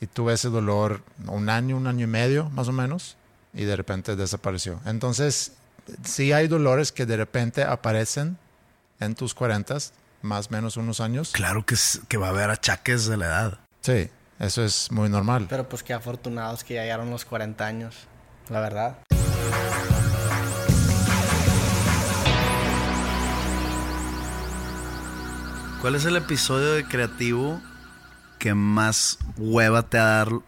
A: Y tuve ese dolor un año, un año y medio, más o menos, y de repente desapareció. Entonces, sí hay dolores que de repente aparecen en tus 40, más o menos unos años.
B: Claro que, es- que va a haber achaques de la edad.
A: Sí, eso es muy normal.
C: Pero pues qué afortunados que ya llegaron los 40 años, la verdad.
B: ¿Cuál es el episodio de creativo que más hueva te ha, dar-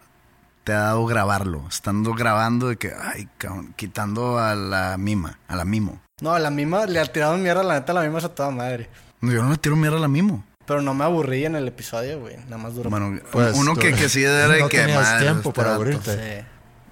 B: te ha dado grabarlo? Estando grabando de que, ay, cabrón, quitando a la mima, a la mimo.
C: No, la misma, le ha tirado mierda, la neta, la misma es a toda madre.
B: No, Yo no le tiro mierda a la mimo.
C: Pero no me aburrí en el episodio, güey. Nada más duró.
B: Bueno,
A: Pues,
B: uno
A: tú-
B: que, [laughs] que sí era de
A: no
B: que
A: tenías
B: madre,
A: tiempo
B: este
A: para
B: vato.
A: aburrirte.
C: Sí.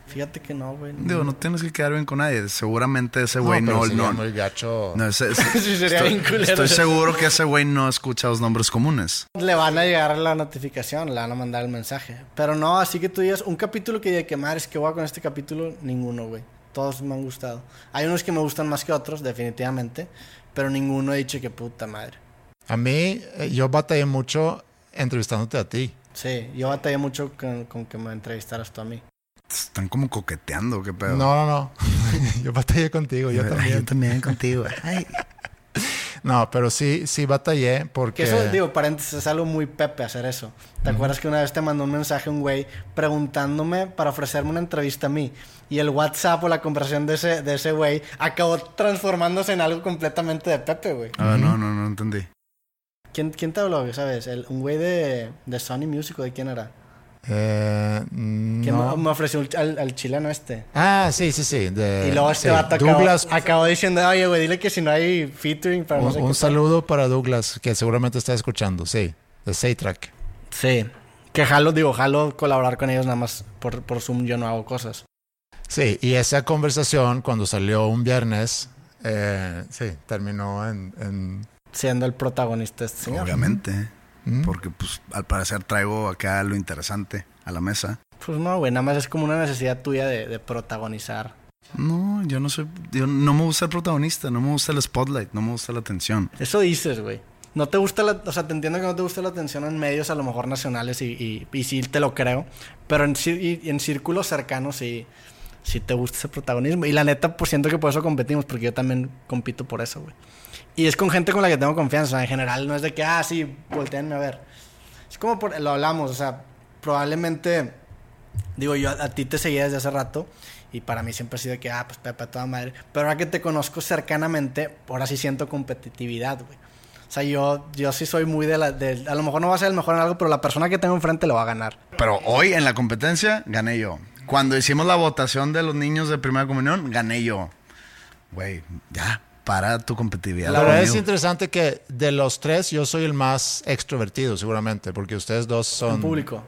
C: Fíjate que no, güey.
B: Digo, no tienes que quedar bien con nadie. Seguramente ese güey
A: pero
B: no,
A: sería
B: no,
A: muy gacho.
B: no, ese- ese-
C: [laughs] Sí, sería
B: estoy,
C: bien culero.
B: estoy seguro que ese güey no escucha los nombres comunes.
C: Le van a llegar la notificación, le van a mandar el mensaje. Pero no, así que tú digas un capítulo que diga que madre es que voy con este capítulo, ninguno, güey. Todos me han gustado. Hay unos que me gustan más que otros, definitivamente. Pero ninguno he dicho que puta madre.
A: A mí, eh, yo batallé mucho entrevistándote a ti.
C: Sí, yo batallé mucho con, con que me entrevistaras tú a mí.
B: Están como coqueteando, qué pedo. Eh,
A: No, no, no. [laughs] yo batallé contigo, yo
B: Ay,
A: también.
B: también contigo. Ay.
A: No, pero sí, sí batallé
C: Que
A: porque...
C: eso, digo, paréntesis, es algo muy pepe hacer eso. ¿Te acuerdas que una vez te mandó un mensaje un güey preguntándome para ofrecerme una entrevista a mí? Y el WhatsApp o la conversación de ese, de ese güey acabó transformándose en algo completamente de pepe, güey.
B: Ah, no, no, no entendí.
C: ¿Quién, quién te habló, güey, sabes? El- un güey de, de Sony Music, ¿o ¿de quién era?
A: Eh, mm,
C: Que
A: no.
C: me, me ofreció el- al, al chileno este.
A: Ah, sí, sí, sí. de-
C: Y luego este
A: sí,
C: vato acabó,
A: Eh, Douglas,
C: acabó diciendo, oye, güey, dile que si no hay featuring para no
A: un,
C: sé
A: un
C: qué".
A: saludo para Douglas, que seguramente está escuchando, sí. De Saytrack.
C: Sí. Que jalo, digo, jalo colaborar con ellos nada más por, por Zoom, yo no hago cosas.
A: Sí, y esa conversación cuando salió un viernes, eh, sí, terminó en... en-
C: Siendo el protagonista este señor.
B: Obviamente.
A: ¿Mm?
B: Porque, pues, al parecer traigo acá lo interesante a la mesa.
C: Pues no, güey, nada más es como una necesidad tuya de, de protagonizar.
B: No, yo no soy. Yo no me gusta el protagonista, no me gusta el spotlight, no me gusta la atención.
C: Eso dices, güey. No te gusta la... O sea, te entiendo que no te gusta la atención en medios a lo mejor nacionales y, y, y sí te lo creo. Pero en, cir- y- y en círculos cercanos sí, sí te gusta ese protagonismo. Y la neta, pues siento que por eso competimos, porque yo también compito por eso, güey. Y es con gente con la que tengo confianza. En general no es de que, ah, sí, volteenme a ver. Es como por, lo hablamos, o sea, probablemente... Digo, yo a, a ti te seguía desde hace rato y para mí siempre ha sido que, ah, pues Pepe, a toda madre. Pero ahora que te conozco cercanamente, ahora sí siento competitividad, güey. O sea, yo, yo sí soy muy de la... de- a lo mejor no va a ser el mejor en algo, pero la persona que tengo enfrente lo va a ganar.
B: Pero hoy en la competencia gané yo. Cuando hicimos la votación de los niños de primera comunión, gané yo. Güey, ya, para tu competitividad.
A: La verdad es
B: conmigo.
A: interesante que de los tres yo soy el más extrovertido seguramente, porque ustedes dos son...
C: En público.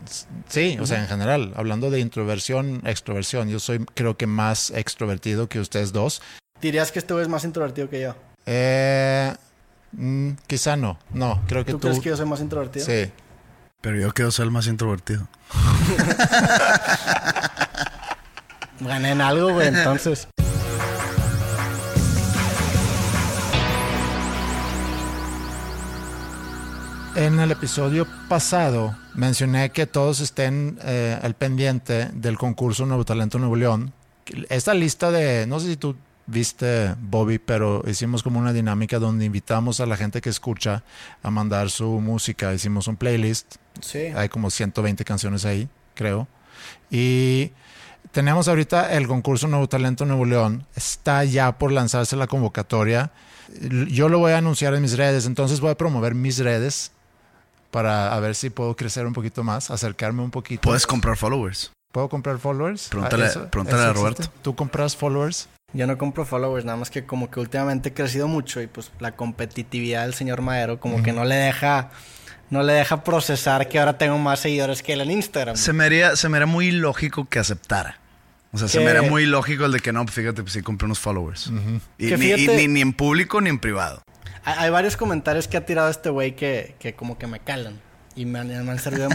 A: Sí, o sea, en general, hablando de introversión, extroversión, yo soy creo que más extrovertido que ustedes dos.
C: Dirías que este güey es más introvertido que yo.
A: Eh, mm, quizá no, no, creo que
C: ¿Tú,
A: tú...
C: crees que yo soy más introvertido?
A: Sí.
B: Pero yo quiero ser el más introvertido.
C: Gané en algo, güey, entonces.
A: En el episodio pasado mencioné que todos estén eh, al pendiente del concurso Nuevo Talento Nuevo León. Esta lista de, no sé si tú viste Bobby, pero hicimos como una dinámica donde invitamos a la gente que escucha a mandar su música. Hicimos un playlist
C: sí.
A: Hay como 120 canciones ahí, creo. Y tenemos ahorita el concurso Nuevo Talento Nuevo León. Está ya por lanzarse la convocatoria. L- Yo lo voy a anunciar en mis redes, entonces voy a promover mis redes para a ver si puedo crecer un poquito más, acercarme un poquito.
B: Puedes comprar followers.
A: ¿Puedo comprar followers? Ah,
B: Pregúntale- pregúntale a
A: existe?
B: Roberto.
A: ¿Tú compras followers?
C: Yo no compro followers, nada más que como que últimamente he crecido mucho y pues la competitividad del señor Madero como que no le deja no le deja procesar que ahora tengo más seguidores que él en Instagram.
B: Se me haría, se me haría muy lógico que aceptara. O sea, se
C: Que-
B: me era muy lógico el de que no, pues fíjate, pues sí compré unos followers. y,
C: Que
B: ni, y
C: fíjate-
B: ni- ni en público ni en privado.
C: Hay, hay varios comentarios que ha tirado este güey que, que como que me calan y me, han- me han servido de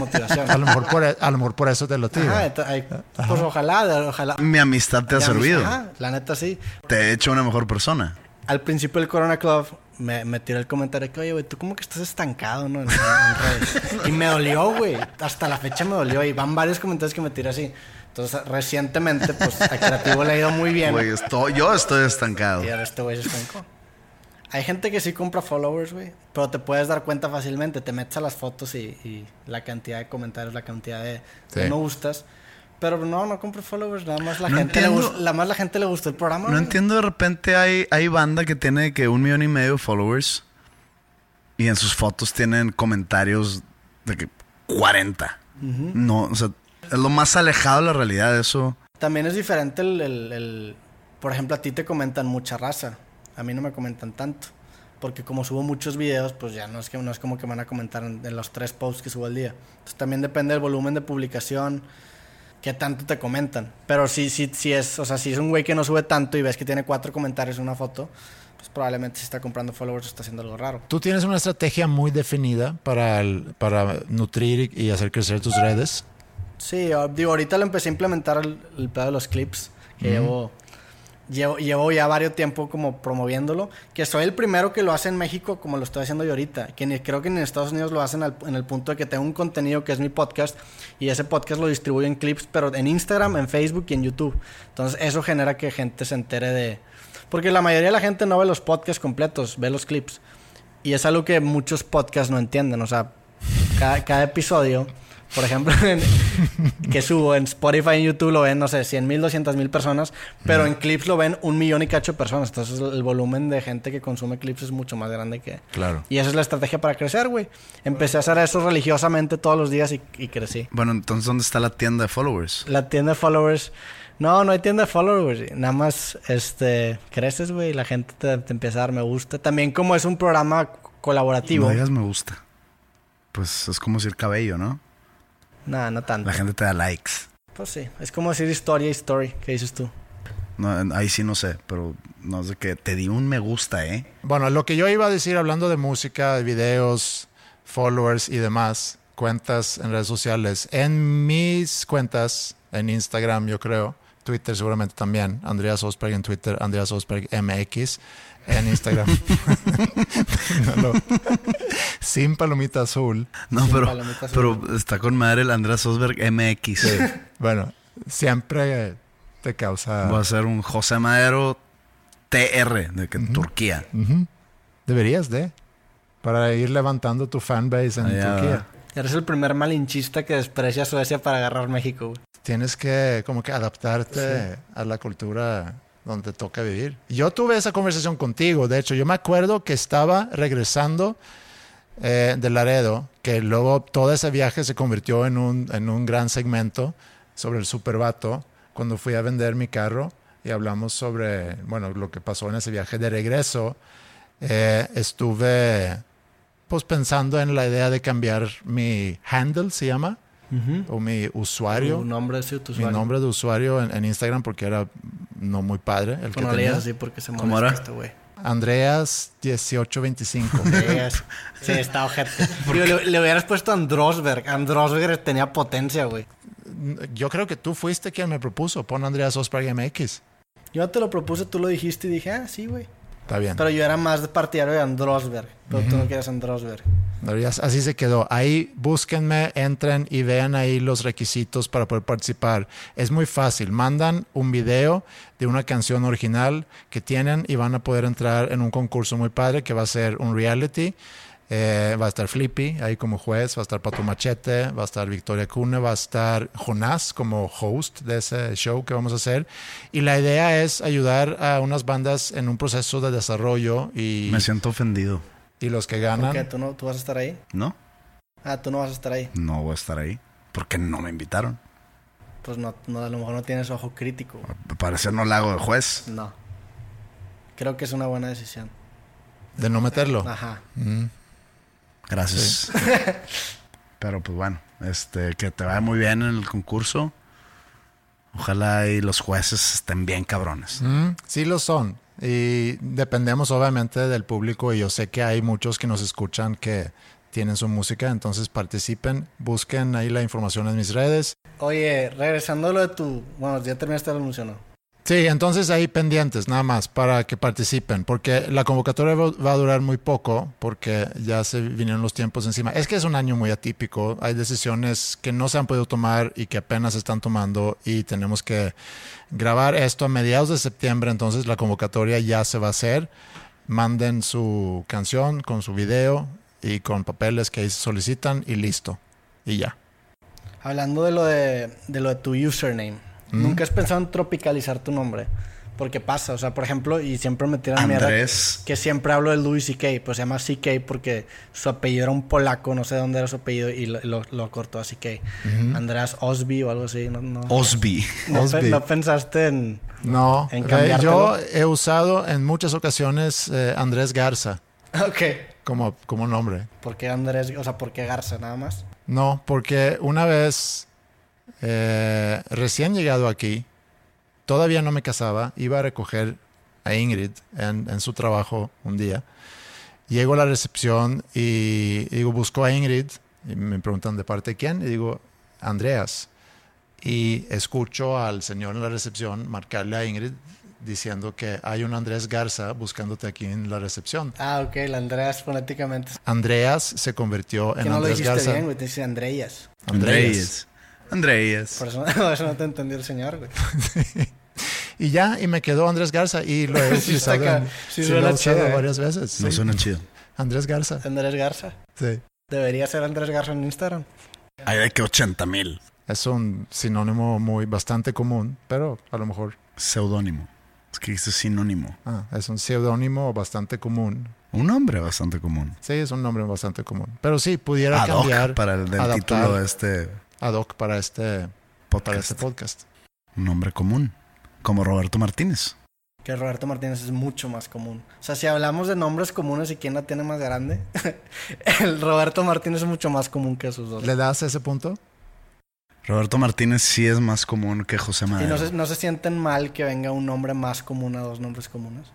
A: [laughs]
C: motivación.
A: A lo mejor por, e- a lo mejor por eso te lo tiro.
C: Ajá, ento- ay, pues ojalá, ojalá.
B: Mi amistad te ha
C: Ya,
B: servido.
C: ajá, la neta sí.
B: Te he hecho una mejor persona.
C: Al principio del Corona Club me, me tiró el comentario que, oye, güey, tú como que estás estancado, ¿no? En- en redes. y me dolió, güey. Hasta la fecha me dolió. Y van varios comentarios que me tiré así. Entonces, recientemente, pues, a Creativo le ha ido muy bien.
B: Güey, estoy- yo estoy estancado.
C: Y ahora este güey se estancó. Hay gente que sí compra followers, güey. Pero te puedes dar cuenta fácilmente. Te metes a las fotos y, y la cantidad de comentarios, la cantidad de, de
A: Sí.
C: me gustas. Pero no, no compro followers. Nada más la,
B: No
C: gente, le
B: entiendo.
C: gus- la más la gente le gustó el programa.
B: No
C: güey.
B: entiendo, de repente hay, hay banda que tiene que un millón y medio de followers y en sus fotos tienen comentarios de que 40. No, o sea, es lo más alejado de la realidad eso.
C: También es diferente el, el- el- Por ejemplo, a ti te comentan mucha raza. A mí no me comentan tanto. Porque como subo muchos videos, pues ya no es, que, no es como que me van a comentar en, en los tres posts que subo al día. Entonces también depende del volumen de publicación, qué tanto te comentan. Pero si, si, si es, o sea, si es un güey que no sube tanto y ves que tiene cuatro comentarios en una foto, pues probablemente si está comprando followers o está haciendo algo raro.
A: Tú tienes una estrategia muy definida para, el- para nutrir y y hacer crecer tus redes.
C: Sí, ah, digo, ahorita lo empecé a implementar el, el pedo de los clips, que llevo, llevo, llevo ya varios tiempo como promoviéndolo, que soy el primero que lo hace en México como lo estoy haciendo yo ahorita, que ni- creo que ni en Estados Unidos lo hacen al- en el punto de que tengo un contenido que es mi podcast y ese podcast lo distribuyo en clips, pero en Instagram, en Facebook y en YouTube. Entonces eso genera que gente se entere de... Porque la mayoría de la gente no ve los podcasts completos, ve los clips. Y es algo que muchos podcasts no entienden. O sea, cada, cada episodio, por ejemplo, [laughs] en- que subo en Spotify, en YouTube, lo ven, no sé, 100 mil, 200 mil personas. Pero en clips lo ven un millón y cacho de personas. Entonces el volumen de gente que consume clips es mucho más grande que...
A: Claro.
C: Y esa es la estrategia para crecer, güey. Empecé a hacer eso religiosamente todos los días y, y crecí.
B: Bueno, entonces, ¿dónde está la tienda de followers?
C: La tienda de followers... No, no hay tienda de followers. güey. Nada más, este, creces, güey. y La gente te, te empieza a dar me gusta. También como es un programa colaborativo.
B: No digas me gusta. Pues es como decir cabello, ¿no?
C: No, no tanto.
B: La gente te da likes.
C: Pues sí, es como decir historia y story, ¿qué dices tú?
B: No, en- ahí sí no sé, pero no sé qué. Te di un me gusta, ¿eh?
A: Bueno, lo que yo iba a decir hablando de música, de videos, followers y demás, cuentas en redes sociales, en mis cuentas, en Instagram yo creo, Twitter seguramente también, Andreas Osberg en Twitter, Andreas Osberg MX en Instagram. [laughs] No lo- Sin palomita azul.
B: No, pero,
C: palomita azul.
B: pero está con madre el Andrés Osberg MX.
A: Bueno, siempre eh, te causa...
B: Voy a hacer un José Madero TR de que Turquía.
A: Deberías de, para ir levantando tu fanbase en
B: Ah, ya,
A: Turquía.
B: ¿verdad?
C: Eres el primer malinchista que desprecia a Suecia para agarrar México, güey.
A: tienes que como que adaptarte a la cultura donde te toca vivir. Yo tuve esa conversación contigo, de hecho, yo me acuerdo que estaba regresando eh, de Laredo, que luego todo ese viaje se convirtió en un, en un gran segmento sobre el supervato, cuando fui a vender mi carro y hablamos sobre, bueno, lo que pasó en ese viaje de regreso, eh, estuve pues pensando en la idea de cambiar mi handle, se llama, o mi usuario
C: Tu nombre sí, tu
A: mi
C: usuario.
A: nombre de usuario en, en Instagram porque era no muy padre el que
C: Tú Pues no
A: tenía.
C: leías así porque se
B: ¿Cómo
C: molesta
B: era?
C: este güey.
A: Andreas 1825. [laughs]
C: Leías. Sí, está ojete. Digo, le, le hubieras puesto Androsberg. Androsberg tenía potencia, güey.
A: Yo creo que tú fuiste quien me propuso. Pon Andreas Osberg MX.
C: Yo te lo propuse, tú lo dijiste y dije, ah, sí, güey.
A: Está bien.
C: Pero yo era más de partidario de Androsberg. Pero tú no quieres Androsberg.
A: Andreas- Así se quedó. Ahí búsquenme, entren y vean ahí los requisitos para poder participar. Es muy fácil. Mandan un video de una canción original que tienen y van a poder entrar en un concurso muy padre que va a ser un reality. Eh, va a estar Flippy ahí como juez, va a estar Pato Machete, va a estar Victoria Cune, va a estar Jonás como host de ese show que vamos a hacer. Y la idea es ayudar a unas bandas en un proceso de desarrollo y,
B: Me siento ofendido,
A: y los que
C: ¿Por
A: ganan.
C: qué? ¿Tú, no, ¿Tú vas a estar ahí?
B: ¿no?
C: Ah, tú no vas a estar ahí.
B: No voy a estar ahí porque no me invitaron.
C: Pues no, no, a lo mejor no tienes ojo crítico. güey.
B: Al parecer no la hago de juez.
C: No. Creo que es una buena decisión.
A: De no meterlo.
C: Ajá.
B: [laughs] Gracias. Pero pues bueno, este, que te vaya muy bien en el concurso. Ojalá y los jueces estén bien cabrones.
A: Sí lo son. Y dependemos obviamente del público y yo sé que hay muchos que nos escuchan que tienen su música, entonces participen, busquen ahí la información en mis redes.
C: Oye, regresando a lo de tu. Bueno, ya terminaste el anuncio, ¿no?
A: Sí, entonces ahí pendientes nada más para que participen, porque la convocatoria va va a durar muy poco porque ya se vinieron los tiempos encima. Es que es un año muy atípico, hay decisiones que no se han podido tomar y que apenas se están tomando y tenemos que grabar esto a mediados de septiembre, entonces la convocatoria ya se va a hacer. Manden su canción con su video y con papeles que ahí se solicitan y listo. Y ya.
C: Hablando de lo de, de lo de tu username. Nunca has pensado en tropicalizar tu nombre. Porque pasa, o sea, por ejemplo, y siempre me tiran mierda
B: Andrés.
C: que siempre hablo de Louis C.K., pues se llama C.K. porque su apellido era un polaco, no sé dónde era su apellido, y lo, lo- lo cortó a C.K. Andreas Osby o algo así, no, no,
B: Osby.
C: no, pe-
A: Osby.
C: no pensaste en... [laughs]
A: No,
C: En
A: ve, yo
C: cambiártelo.
A: he usado en muchas ocasiones eh, Andrés Garza
C: Ok.
A: como, como nombre.
C: ¿Por qué Andrés? O sea, ¿por qué Garza nada más?
A: No, porque una vez eh, recién llegado aquí, todavía no me casaba, iba a recoger a Ingrid en, en su trabajo un día. Llego a la recepción y digo, busco a Ingrid. Y me preguntan de parte de quién. Y digo, Andreas. Y escucho al señor en la recepción marcarle a Ingrid diciendo que hay un Andrés Garza buscándote aquí en la recepción.
C: Ah, ok, el Andreas fonéticamente.
A: Andreas se convirtió
C: Que
A: en
C: no lo
A: Andrés
C: dijiste
A: Garza.
C: bien, güey. Te dice Andreas.
A: Andreas.
B: Andrés. Andrés.
C: Por eso, [laughs] por eso no te entendió el señor, güey.
A: [laughs] Y ya, y me quedó Andrés Garza y lo he
C: [laughs] Sí está
A: utilizado, en-
C: acá. Sí
A: sí
C: suena
A: lo he usado
C: chido, eh.
A: varias veces.
B: No
A: sí.
B: suena chido.
A: Andrés Garza.
C: Andrés Garza.
A: Sí.
C: Debería ser Andrés Garza en Instagram.
B: Hay de que 80 mil.
A: Es un sinónimo muy bastante común, pero a lo mejor
B: Seudónimo. Es que dice sinónimo.
A: ah, es un seudónimo bastante común.
B: Un nombre bastante común.
A: Sí, es un nombre bastante común. Pero sí, pudiera
B: Ad hoc
A: cambiar
B: para el del
A: adaptar
B: título de este
A: ad hoc para este, para
B: podcast.
A: este podcast.
B: Un nombre común. Como Roberto Martínez.
C: Que Roberto Martínez es mucho más común. O sea, si hablamos de nombres comunes y quién la tiene más grande, [laughs] el Roberto Martínez es mucho más común que sus dos.
A: ¿Le das ese punto?
B: Roberto Martínez sí es más común que José
C: Y
B: Madero.
C: no se, no se sienten mal que venga un nombre más común a dos nombres comunes.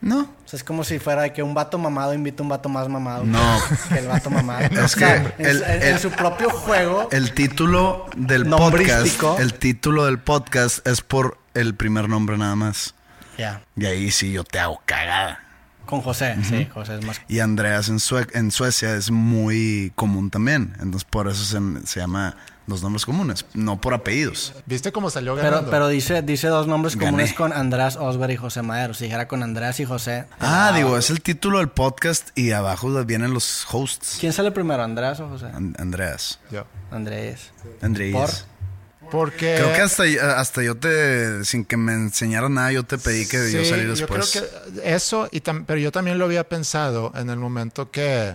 B: No.
C: O sea, es como si fuera de que un vato mamado invita a un vato más mamado.
B: No.
C: Que el vato mamado.
B: [laughs] Es
C: O sea,
B: que
C: en,
B: el-
C: su- en-
B: el-
C: en su propio juego.
B: El título del podcast.
C: Nombrístico.
B: El título del podcast es por el primer nombre nada más.
C: Ya.
B: Y ahí sí yo te hago cagada.
C: Con José. Sí, José es más.
B: Y Andreas en, Sue- en Suecia es muy común también. Entonces por eso se, se llama los nombres comunes, no por apellidos.
A: ¿Viste cómo salió
C: Pero,
A: ganando?
C: pero dice, dice dos nombres
B: Gané.
C: comunes con András Osber y José Madero. Si dijera con András y José.
B: Ah, digo, es el título del podcast y abajo vienen los hosts.
C: ¿Quién sale primero, András o José?
B: An- Andreas.
A: Yo.
C: Andrés.
B: Andreas.
A: Porque
B: Creo que hasta, hasta yo te, sin que me enseñara nada, yo te pedí que yo
A: Sí,
B: saliera después.
A: Yo creo que eso, y tam- pero yo también lo había pensado en el momento que,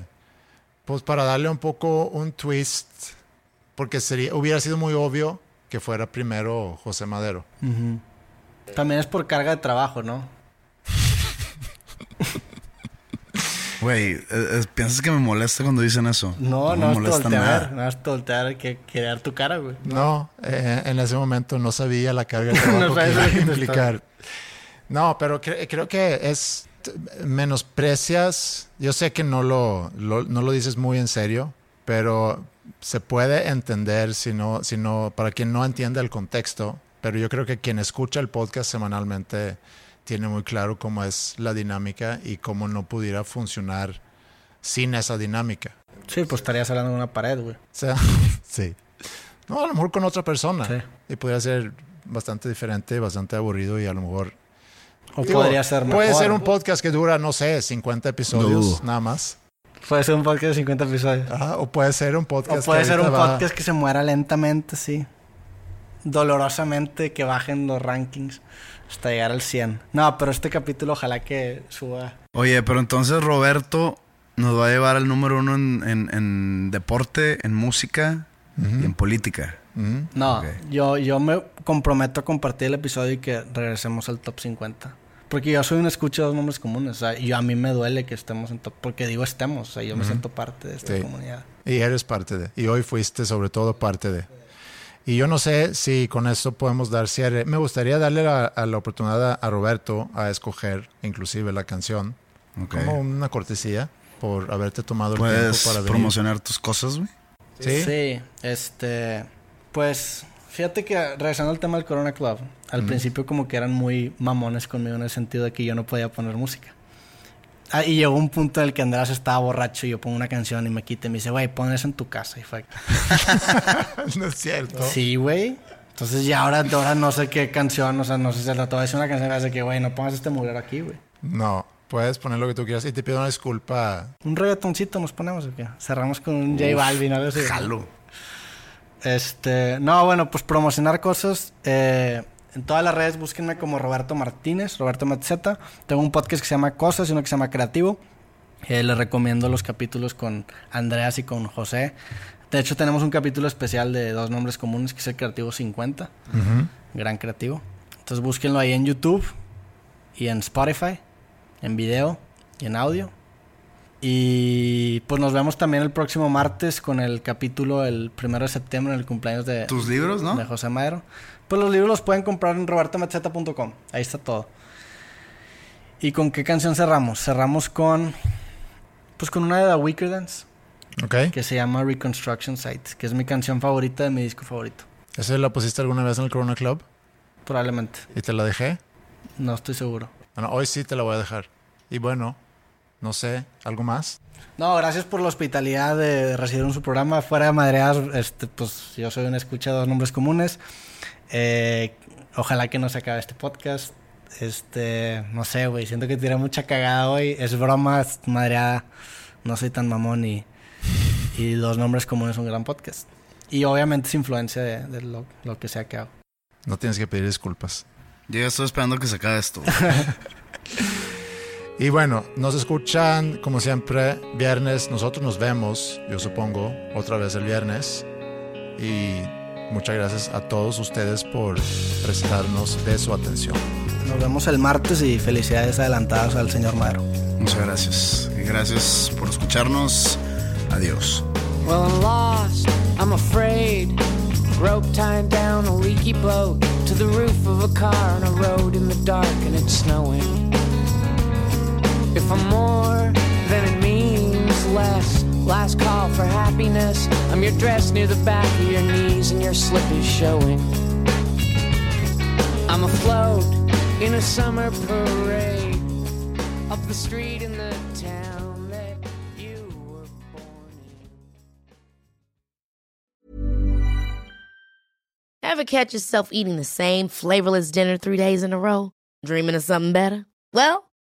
A: pues para darle un poco un twist, porque sería, hubiera sido muy obvio que fuera primero José Madero.
C: También es por carga de trabajo, ¿no?
B: Güey, eh, eh, ¿piensas que me molesta cuando dicen eso?
C: No, no,
B: me
C: es
B: molesta
C: voltear.
B: nada.
C: No es voltear que crear tu cara, güey.
A: No, eh, en ese momento no sabía la
C: [laughs]
A: carga de trabajo
C: No
A: que
C: sabes
A: iba
C: lo
A: a
C: que te
A: implicar. No, pero cre- creo que es t- menosprecias. Yo sé que no lo, lo- no lo dices muy en serio, pero se puede entender si no, si no, para quien no entiende el contexto. Pero yo creo que quien escucha el podcast semanalmente tiene muy claro cómo es la dinámica y cómo no pudiera funcionar sin esa dinámica.
C: Sí, pues estarías hablando de una pared, güey.
A: O sea, [laughs] sí. No, a lo mejor con otra persona.
C: Sí.
A: Y podría ser bastante diferente, bastante aburrido y a lo mejor...
C: O
A: Digo,
C: podría ser mejor.
A: Puede ser un podcast que dura, no sé, 50 episodios
B: No.
A: nada más.
C: Puede ser un podcast de 50 episodios.
A: Ajá, o puede ser un Ah, podcast...
C: O puede
A: que
C: ser un
A: ahorita va-
C: podcast que se muera lentamente, sí. Dolorosamente que bajen los rankings hasta llegar al 100. No, pero este capítulo ojalá que suba.
B: Oye, pero entonces Roberto nos va a llevar al número uno en, en- en deporte, en música y en política.
C: No, yo, yo me comprometo a compartir el episodio y que regresemos al top 50. Porque yo soy un escucha de dos nombres comunes. O sea, yo, a mí me duele que estemos en top. Porque digo estemos. O sea, yo me siento parte de esta
A: Sí.
C: comunidad.
A: Y eres parte de. Y hoy fuiste sobre todo parte de. Y yo no sé si con esto podemos dar cierre. Me gustaría darle la, a la oportunidad a, a Roberto a escoger inclusive la canción.
B: Ok.
A: Como una cortesía por haberte tomado el
B: Puedes
A: tiempo para venir.
B: promocionar tus cosas, güey.
A: ¿Sí?
C: este. Pues fíjate que regresando al tema del Corona Club, al principio como que eran muy mamones conmigo en el sentido de que yo no podía poner música. Ah, y llegó un punto en el que Andrés estaba borracho y yo pongo una canción y me quita y me dice, güey, pon eso en tu casa. Y fue,
A: [laughs] no es cierto.
C: sí, güey. Entonces ya ahora, ahora no sé qué canción, o sea, no sé si se trató de decir una canción de que, güey, no pongas este mugrero aquí, güey.
A: No, puedes poner lo que tú quieras y te pido una disculpa.
C: Un reggaetoncito nos ponemos, ¿o qué? Cerramos con un J Balvin, algo así.
B: Jalo.
C: Este, no, bueno, pues promocionar cosas. eh, en todas las redes búsquenme como Roberto Martínez, Roberto Matzeta. Tengo un podcast que se llama Cosas y uno que se llama Creativo. Eh, les recomiendo los capítulos con Andreas y con José. De hecho, tenemos un capítulo especial de dos nombres comunes, que es el Creativo 50. Gran creativo. Entonces búsquenlo ahí en YouTube y en Spotify, en video y en audio. Y pues nos vemos también el próximo martes con el capítulo el primero de septiembre en el cumpleaños de,
B: Tus libros, ¿no?
C: de José Madero. Pues los libros los pueden comprar en robertomacheta.com. Ahí está todo. ¿Y con qué canción cerramos? Cerramos con. Pues con una de The Weaker Dance
A: ¿Ok?
C: que se llama Reconstruction Site, que es mi canción favorita de mi disco favorito.
A: ¿Eso la pusiste alguna vez en el Corona Club
C: Probablemente.
A: y te la dejé?
C: No estoy seguro.
A: Bueno, hoy sí te la voy a dejar. Y bueno, no sé, ¿algo más?
C: No, gracias por la hospitalidad de recibir un su programa. Fuera de madreas, este, pues yo soy un escucha de dos nombres comunes. Eh, ojalá que no se acabe este podcast. Este, no sé, güey. Siento que tiré mucha cagada hoy. Es broma, es madreada. No soy tan mamón y, y Los Nombres Comunes es un gran podcast. Y obviamente es influencia de, de lo, lo que sea que hago.
A: No tienes que pedir disculpas.
B: Yo ya estoy esperando que se acabe esto.
A: Y bueno, nos escuchan como siempre viernes. Nosotros nos vemos, yo supongo, otra vez el viernes. Y muchas gracias a todos ustedes por prestarnos de su atención.
C: Nos vemos el martes y felicidades adelantadas al señor Madero.
B: Muchas gracias. Y gracias por escucharnos. Adiós.
E: Well, I'm lost, I'm afraid. Rope tied down a leaky boat to the roof of a car on a road in the dark and it's snowing. If I'm more, then it means less. Last call for happiness. I'm your dress near the back of your knees and your slippers showing. I'm afloat in a summer parade. Up the street in the town that you were born in.
F: Ever catch yourself eating the same flavorless dinner three days in a row? Dreaming of something better? Well,